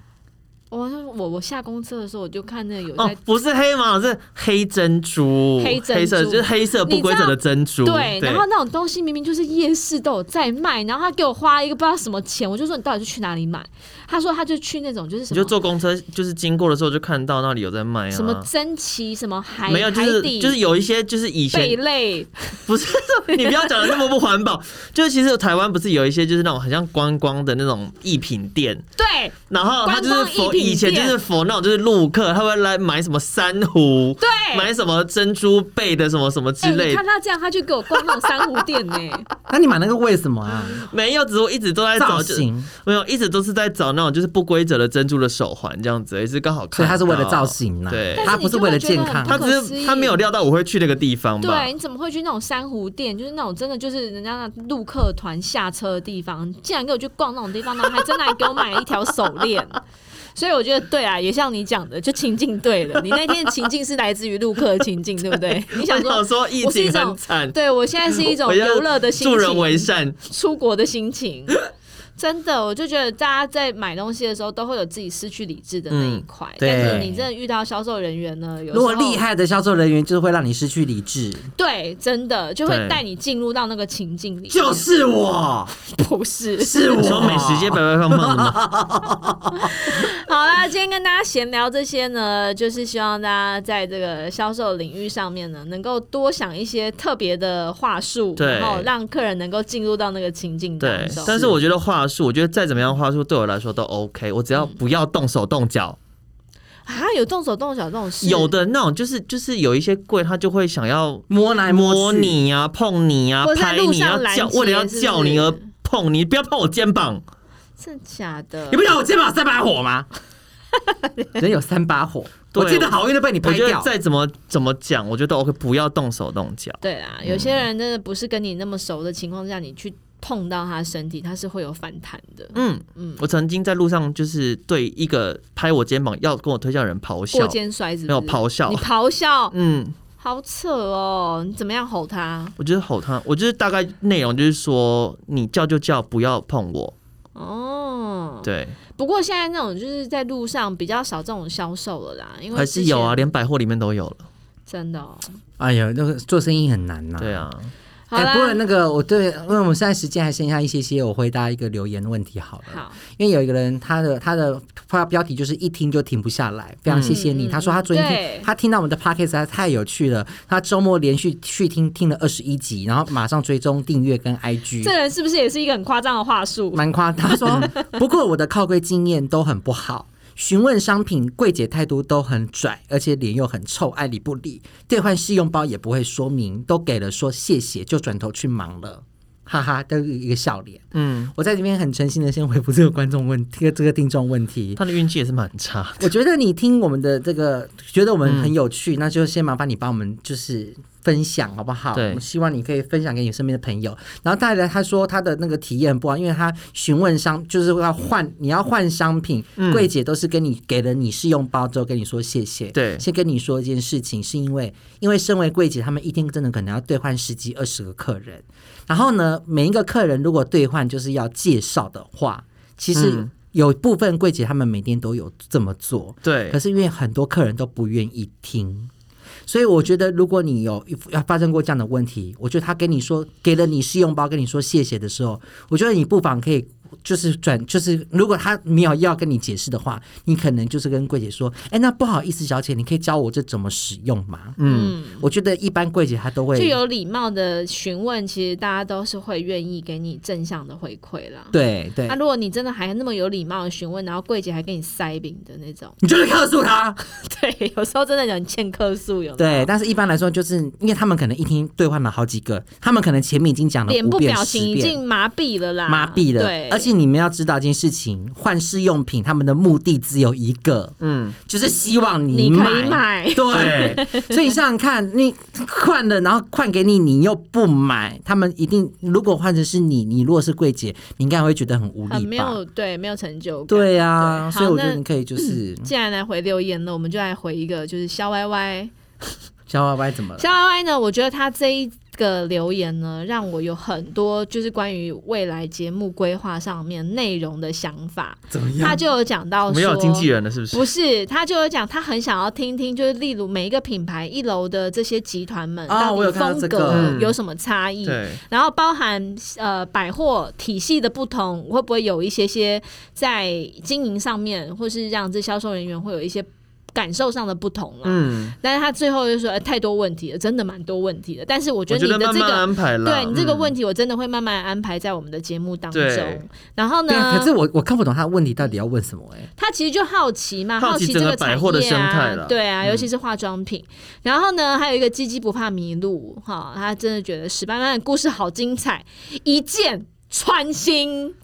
[SPEAKER 3] 我说：“我我下公车的时候，我就看那有
[SPEAKER 2] 哦
[SPEAKER 3] 在、，
[SPEAKER 2] 不是黑马，是黑珍珠，
[SPEAKER 3] 啊黑珍珠
[SPEAKER 2] 色就是黑色不规则的珍珠。
[SPEAKER 3] 对，然后那种东西明明就是夜市都有在卖，然后他给我花一个不知道什么钱，我就说你到底是去哪里买？他说他就去那种就是什
[SPEAKER 2] 你就
[SPEAKER 3] 么
[SPEAKER 2] 坐公车，就是经过的时候就看到那里有在卖啊。
[SPEAKER 3] 什么珍奇什么海
[SPEAKER 2] 没有，就
[SPEAKER 3] 海
[SPEAKER 2] 是
[SPEAKER 3] 底
[SPEAKER 2] 就是有一些就是以前
[SPEAKER 3] 贝类，
[SPEAKER 2] 不是，你不要讲的那么不环保。 就是其实台湾不是有一些就是那种很像观光的那种艺品店，
[SPEAKER 3] 对
[SPEAKER 2] 然后他就是
[SPEAKER 3] 观
[SPEAKER 2] 佛，
[SPEAKER 3] 光艺品店
[SPEAKER 2] 以前就是佛那种就是路客，他会来买什么珊瑚，
[SPEAKER 3] 对。
[SPEAKER 2] 买什么珍珠贝的什么什么之
[SPEAKER 3] 哎、
[SPEAKER 2] 类
[SPEAKER 3] 你
[SPEAKER 2] 的
[SPEAKER 3] 看，他这样，他就给我逛那种珊瑚店呢、
[SPEAKER 4] 那你买那个为什么啊？
[SPEAKER 2] 没有，只是我一直都
[SPEAKER 3] 哎
[SPEAKER 2] 在
[SPEAKER 4] 造
[SPEAKER 2] 找，就
[SPEAKER 4] 型，
[SPEAKER 2] 没有，一直都是在找那种就是不规则的珍珠的手环这样子，也是刚好看到，
[SPEAKER 4] 所以他是为了造型啊呐，
[SPEAKER 2] 对
[SPEAKER 4] 他不是为了健康
[SPEAKER 3] 但是你就会觉得很不
[SPEAKER 2] 他
[SPEAKER 3] 可
[SPEAKER 2] 只
[SPEAKER 3] 思
[SPEAKER 2] 是
[SPEAKER 3] 议
[SPEAKER 2] 他没有料到我会去那个地方吧
[SPEAKER 3] 对，？你怎么会去那种珊瑚店？就是那种真的就是人家那陆客团下车的地方，竟然给我去逛那种地方，然后还真的还给我买了一条手链。 所以我觉得对啊，也像你讲的，就情境对了。你那天的情境是来自于陆客的情境，对不对？你想
[SPEAKER 2] 我
[SPEAKER 3] 说
[SPEAKER 2] 想，说疫
[SPEAKER 3] 我是一
[SPEAKER 2] 情
[SPEAKER 3] 种
[SPEAKER 2] 很惨，
[SPEAKER 3] 对我现在是一种
[SPEAKER 2] 我要
[SPEAKER 3] 游乐的心
[SPEAKER 2] 助人为
[SPEAKER 3] 情，
[SPEAKER 2] 善，
[SPEAKER 3] 出国的心情。真的，我就觉得大家在买东西的时候都会有自己失去理智的那一块，但是
[SPEAKER 4] 对
[SPEAKER 3] 你真的遇到销售人员呢，有
[SPEAKER 4] 如果
[SPEAKER 3] 时候
[SPEAKER 4] 厉，害的销售人员，就是会让你失去理智。
[SPEAKER 3] 对，真的就会
[SPEAKER 2] 对
[SPEAKER 3] 带你进入到那个情境里，
[SPEAKER 4] 就是我，
[SPEAKER 3] 不是。
[SPEAKER 4] 是我。
[SPEAKER 2] 说美食街白白胖胖的吗？
[SPEAKER 3] 好啦，今天跟大家闲聊这些呢，就是希望大家在这个销售领域上面呢，能够多想一些特别的话术，
[SPEAKER 2] 对
[SPEAKER 3] 然后让客人能够进入到那个情境当
[SPEAKER 2] 对
[SPEAKER 3] 中，。
[SPEAKER 2] 但是我觉得话术，我觉得再怎么样话术对我来说都 OK，我只要
[SPEAKER 3] 嗯
[SPEAKER 2] 不要动手动脚。
[SPEAKER 3] 啊，有动手动脚这种事，
[SPEAKER 2] 有的那种就是就是有一些贵，他就会想要
[SPEAKER 4] 摸来
[SPEAKER 2] 摸
[SPEAKER 4] 去，
[SPEAKER 2] 你啊、碰你啊
[SPEAKER 3] 或、者在
[SPEAKER 2] 拍
[SPEAKER 3] 路
[SPEAKER 2] 你
[SPEAKER 3] 上
[SPEAKER 2] 啊、
[SPEAKER 3] 拦
[SPEAKER 2] 叫，
[SPEAKER 3] 截
[SPEAKER 2] 为了要
[SPEAKER 3] 是不
[SPEAKER 2] 叫你
[SPEAKER 3] 是
[SPEAKER 2] 而碰你，不要碰我肩膀，
[SPEAKER 3] 真的假的？
[SPEAKER 4] 你不觉得我肩膀有三把火吗？人有三把火，
[SPEAKER 2] 对
[SPEAKER 4] 我记得好运都被你
[SPEAKER 2] 我
[SPEAKER 4] 拍
[SPEAKER 2] 觉得
[SPEAKER 4] 掉。
[SPEAKER 2] 再怎么怎么讲，我觉得都 OK，不要动手动脚。
[SPEAKER 3] 对啦，有些人真的不是跟你那么熟的情况下，你去碰到他身体，他是会有反弹的。
[SPEAKER 2] 嗯
[SPEAKER 3] 嗯
[SPEAKER 2] 嗯，我曾经在路上就是对一个拍我肩膀要跟我推销的人咆
[SPEAKER 3] 过
[SPEAKER 2] 哮，
[SPEAKER 3] 肩摔是不是
[SPEAKER 2] 没有咆哮
[SPEAKER 3] 你咆哮，
[SPEAKER 2] 嗯，
[SPEAKER 3] 好扯哦！你怎么样吼他？
[SPEAKER 2] 我就是吼他，我就是大概内容就是说你叫就叫，不要碰我。
[SPEAKER 3] 哦，
[SPEAKER 2] 对，
[SPEAKER 3] 不过现在那种就是在路上比较少这种销售了啦，因为
[SPEAKER 2] 还
[SPEAKER 3] 之
[SPEAKER 2] 是
[SPEAKER 3] 前
[SPEAKER 2] 有啊，，连百货里面都有了。
[SPEAKER 3] 真的、哦。
[SPEAKER 4] 哎呀，那个做生意很难呐、
[SPEAKER 2] 对。啊，
[SPEAKER 3] 好
[SPEAKER 4] 哎、
[SPEAKER 3] 啦，
[SPEAKER 4] 不过那个我对，因为我们现在时间还剩下一些些，我回答一个留言问题好了。
[SPEAKER 3] 好，
[SPEAKER 4] 因为有一个人，他的他的发标题就是一听就停不下来，非常谢谢你。
[SPEAKER 3] 嗯
[SPEAKER 4] 他说他昨天
[SPEAKER 3] 对
[SPEAKER 4] 听他听到我们的 podcast 实在太有趣了，他周末连续续听听了二十一集，然后马上追踪订阅跟 IG，
[SPEAKER 3] 这人是不是也是一个很夸张的话术？
[SPEAKER 4] 蛮夸嗯张。他说，不过我的靠柜经验都很不好。询问商品，柜姐态度都很拽，而且脸又很臭，爱理不理。兑换试用包也不会说明，都给了说谢谢，就转头去忙了，哈哈，都是一个笑脸。
[SPEAKER 2] 嗯，
[SPEAKER 4] 我在这边很诚心的先回复这个观众问，这个这个听众问题。
[SPEAKER 2] 他的运气也是蛮差的。
[SPEAKER 4] 我觉得你听我们的这个，觉得我们很有趣，那就先麻烦你帮我们就是分享好不好？
[SPEAKER 2] 对
[SPEAKER 4] 我希望你可以分享给你身边的朋友。然后带来他说他的那个体验很不好，因为他询问商就是要换，你要换商品，柜姐都是跟你给了你试用包之后跟你说谢谢，
[SPEAKER 2] 对
[SPEAKER 4] 先跟你说一件事情，是因为因为身为柜姐，他们一天真的可能要兑换十几二十个客人，然后呢，每一个客人如果兑换就是要介绍的话，其实
[SPEAKER 2] 嗯
[SPEAKER 4] 有部分柜姐他们每天都有这么做，
[SPEAKER 2] 对
[SPEAKER 4] 可，是因为很多客人都不愿意听，所以我觉得如果你有要发生过这样的问题，我觉得他跟你说给了你试用包，跟你说谢谢的时候，我觉得你不妨可以。就是转，就是如果他没有要跟你解释的话，你可能就是跟柜姐说：“哎、那不好意思，小姐，你可以教我这怎么使用吗？”
[SPEAKER 3] 嗯，
[SPEAKER 4] 我觉得一般柜姐她都会
[SPEAKER 3] 就有礼貌的询问，其实大家都是会愿意给你正向的回馈啦。
[SPEAKER 4] 对对
[SPEAKER 3] 那、，如果你真的还那么有礼貌的询问，然后柜姐还给你塞饼的那种，
[SPEAKER 4] 你就是告诉他，
[SPEAKER 3] 对，有时候真的很欠客诉，有没有
[SPEAKER 4] 对，但啊是一般来说，就是因为他们可能一听兑换了好几个，他们可能前面已经讲了
[SPEAKER 3] 脸
[SPEAKER 4] 五
[SPEAKER 3] 部
[SPEAKER 4] 遍
[SPEAKER 3] 表
[SPEAKER 4] 十
[SPEAKER 3] 情已
[SPEAKER 4] 遍
[SPEAKER 3] 经麻痹了啦，
[SPEAKER 4] 麻痹了
[SPEAKER 3] 对，，
[SPEAKER 4] 而且你们要知道一件事情，换试用品他们的目的只有一个，
[SPEAKER 2] 嗯，
[SPEAKER 4] 就是希望
[SPEAKER 3] 你
[SPEAKER 4] 你买。
[SPEAKER 3] 可以买
[SPEAKER 4] 对， 所以你想想看，你换了，然后换给你，你又不买，他们一定如果换成是你，你如果是柜姐，你应该会觉得很无
[SPEAKER 3] 很
[SPEAKER 4] 力
[SPEAKER 3] 没
[SPEAKER 4] 吧？
[SPEAKER 3] 有对没有成就感。，
[SPEAKER 4] 对啊，
[SPEAKER 3] 对好
[SPEAKER 4] 所以我觉得
[SPEAKER 3] 那嗯
[SPEAKER 4] 你可以就是
[SPEAKER 3] 既然来回留言了，我们就来回一个，就是肖歪歪，
[SPEAKER 4] 小歪歪怎么了？
[SPEAKER 3] 肖歪歪呢，我觉得他这一个留言呢，让我有很多就是关于未来节目规划上面内容的想法。
[SPEAKER 4] 怎么
[SPEAKER 3] 他？就有讲到
[SPEAKER 2] 我
[SPEAKER 3] 哦说，
[SPEAKER 2] 们要有经纪人了，是不是？
[SPEAKER 3] 不是，他就有讲，他很想要听听，就是例如每一个品牌一楼的这些集团们，
[SPEAKER 4] 啊
[SPEAKER 3] 到
[SPEAKER 4] 我
[SPEAKER 3] 底
[SPEAKER 4] 有看到
[SPEAKER 3] 风
[SPEAKER 4] 这个
[SPEAKER 3] 格
[SPEAKER 2] 嗯
[SPEAKER 3] 有什么差异？
[SPEAKER 2] 对，
[SPEAKER 3] 然后包含呃百货体系的不同，会不会有一些些在经营上面，或是让这销售人员会有一些感受上的不同啦？
[SPEAKER 2] 嗯，
[SPEAKER 3] 但是他最后就说、呃太多问题了，真的蛮多问题的。但是我觉
[SPEAKER 2] 我
[SPEAKER 3] 得
[SPEAKER 2] 觉
[SPEAKER 3] 你
[SPEAKER 2] 得
[SPEAKER 3] 的
[SPEAKER 2] 慢
[SPEAKER 3] 这
[SPEAKER 2] 慢
[SPEAKER 3] 个，
[SPEAKER 2] 安排啦。
[SPEAKER 3] 对你这个问
[SPEAKER 2] 题，
[SPEAKER 3] 题，我真的会慢慢安排在我们的节目当中
[SPEAKER 2] 对。
[SPEAKER 3] 然后
[SPEAKER 4] 对啊，
[SPEAKER 3] 呢
[SPEAKER 4] 可是，我我看不懂他的问题到底要问什么哎、
[SPEAKER 3] 他其实就好奇嘛，
[SPEAKER 2] 好奇
[SPEAKER 3] 奇这
[SPEAKER 2] 整个
[SPEAKER 3] 产业
[SPEAKER 2] 百货的生态
[SPEAKER 3] 啊
[SPEAKER 2] 啦，嗯
[SPEAKER 3] 对啊，尤其是化妆品。然后呢，还有一个鸡鸡不怕迷路，哈，他真的觉得史班班的故事好精彩，一箭穿心。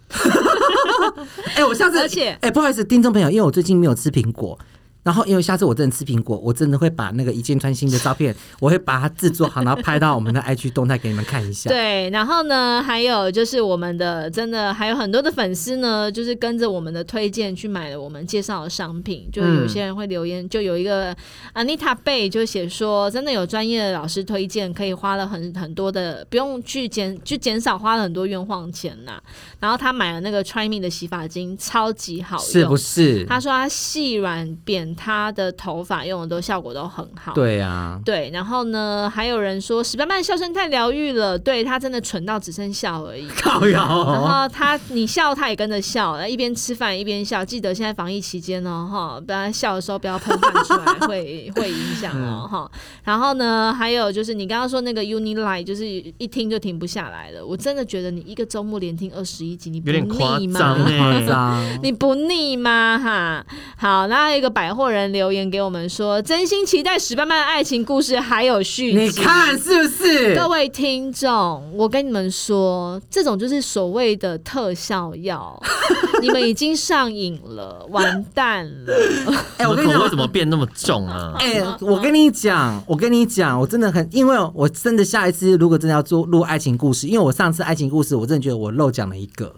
[SPEAKER 4] 哎、我下次
[SPEAKER 3] 而且
[SPEAKER 4] 哎、不好意思，听众朋友，因为我最近没有吃苹果，然后因为下次我真的吃苹果，我真的会把那个一箭穿心的照片，我会把它制作好，然后拍到我们的 IG 动态给你们看一下。
[SPEAKER 3] 对，然后呢，还有就是我们的真的还有很多的粉丝呢，就是跟着我们的推荐去买了我们介绍的商品。就有些人会留言，就有一个 Anita 贝就写说，真的有专业的老师推荐，可以花了很很多的，不用去减去减少花了很多冤枉钱啦。然后他买了那个 Try Me 的洗发精，超级好用，
[SPEAKER 4] 是不是？
[SPEAKER 3] 他说他细软扁塌的头发用的都效果都很好。
[SPEAKER 4] 对啊，
[SPEAKER 3] 对，然后呢，还有人说史班曼笑声太疗愈了，对他真的蠢到只剩笑而已。
[SPEAKER 4] 靠谣
[SPEAKER 3] 然
[SPEAKER 4] 哦。
[SPEAKER 3] 后他，你笑他也跟着笑，然后一边吃饭一边笑。记得现在防疫期间哦，哈，不然笑的时候不要喷饭出来，会会影响哦，
[SPEAKER 2] 嗯
[SPEAKER 3] 哈。然后呢，还有就是你刚刚说那个 Unilight，就是一听就停不下来了。我真的觉得你一个周末连听二十一集，你不
[SPEAKER 2] 有点夸
[SPEAKER 3] 腻吗？
[SPEAKER 2] 张
[SPEAKER 4] 夸
[SPEAKER 2] 哎、
[SPEAKER 4] 张，
[SPEAKER 3] 你不腻吗？哈，好，那还有一个百货人留言给我们说，真心期待史班曼的爱情故事还有续
[SPEAKER 4] 你
[SPEAKER 3] 集。
[SPEAKER 4] 看是不是？
[SPEAKER 3] 各位听众，我跟你们说，这种就是所谓的特效 药，你们已经上瘾了，完蛋了。
[SPEAKER 4] 哎，我
[SPEAKER 2] 我
[SPEAKER 4] 跟你
[SPEAKER 2] 嗯口
[SPEAKER 4] 讲
[SPEAKER 2] 味，怎么变那么重啊？
[SPEAKER 4] 哎、我跟你讲，我跟你讲，我真的很，因为我真的下一次如果真的要做录爱情故事，因为我上次爱情故事，我真的觉得我漏讲了一个，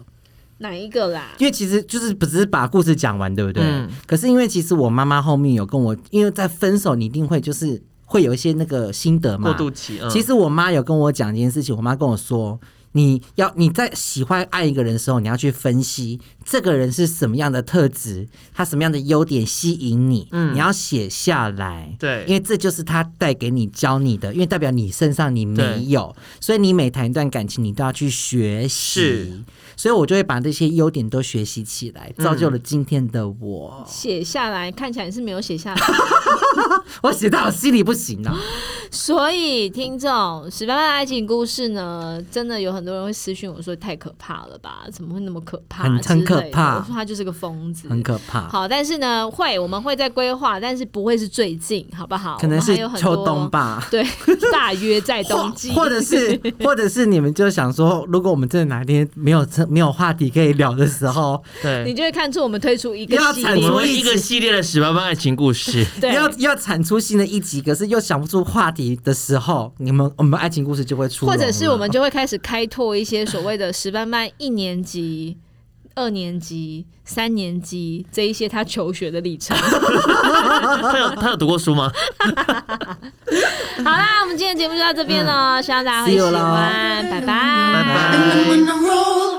[SPEAKER 3] 哪一个啦？
[SPEAKER 4] 因为其实就是不只是把故事讲完，对不对？
[SPEAKER 2] 嗯
[SPEAKER 4] 可是因为其实我妈妈后面有跟我，因为在分手，你一定会就是会有一些那个心得嘛。
[SPEAKER 2] 过渡期，嗯、
[SPEAKER 4] 其实我妈有跟我讲一件事情，我妈跟我说，你要你在喜欢爱一个人的时候，你要去分析这个人是什么样的特质，他什么样的优点吸引你，你要写下来。
[SPEAKER 2] 嗯对
[SPEAKER 4] 因为这就是他带给你教你的，因为代表你身上你没
[SPEAKER 2] 对
[SPEAKER 4] 有，所以你每谈一段感情，你都要去学
[SPEAKER 2] 是
[SPEAKER 4] 习。所以我就会把这些优点都学习起来，造就了今天的我。
[SPEAKER 2] 嗯
[SPEAKER 3] 写下来，看起来是没有写 下来。
[SPEAKER 4] 我写到我心里不行啊了。
[SPEAKER 3] 所以，听众史班曼的爱情故事呢，真的有很多人会私讯我说太可怕了吧？怎么会那么可怕？
[SPEAKER 4] 很很可
[SPEAKER 3] 之类的
[SPEAKER 4] 怕
[SPEAKER 3] 我说他就是个疯子，
[SPEAKER 4] 很可怕
[SPEAKER 3] 好，但是呢，会我们会在规划，但是不会是最近，好不好？
[SPEAKER 4] 可能
[SPEAKER 3] 我
[SPEAKER 4] 是
[SPEAKER 3] 们还有很多
[SPEAKER 4] 秋冬。吧。
[SPEAKER 3] 对， 大约在冬季，
[SPEAKER 4] 或或 者是或者是你们就想说，如果我们真的哪一天没有没有话题可以聊的时候，
[SPEAKER 2] 对，
[SPEAKER 3] 你就会看出我们推出一个
[SPEAKER 4] 要
[SPEAKER 3] 系
[SPEAKER 4] 产
[SPEAKER 2] 我
[SPEAKER 4] 出
[SPEAKER 2] 们
[SPEAKER 3] 列，
[SPEAKER 2] 会一个系列的十八般爱情故事，
[SPEAKER 3] 对，
[SPEAKER 4] 要要产出新的一集，可是又想不出话题的时候，你们我们爱情故事就会出笼
[SPEAKER 3] 或
[SPEAKER 4] 了，
[SPEAKER 3] 者是我们就会开始开拓一些所谓的十班班一年级、二年级、三年级这一些他求学的历 程。
[SPEAKER 2] 他有他有读过书吗？
[SPEAKER 3] 好啦，我们今天的节目就到这边了，希望大家会
[SPEAKER 4] See
[SPEAKER 3] 喜
[SPEAKER 4] you 咯
[SPEAKER 3] 欢，拜拜，拜
[SPEAKER 2] 拜
[SPEAKER 1] And then when I roll.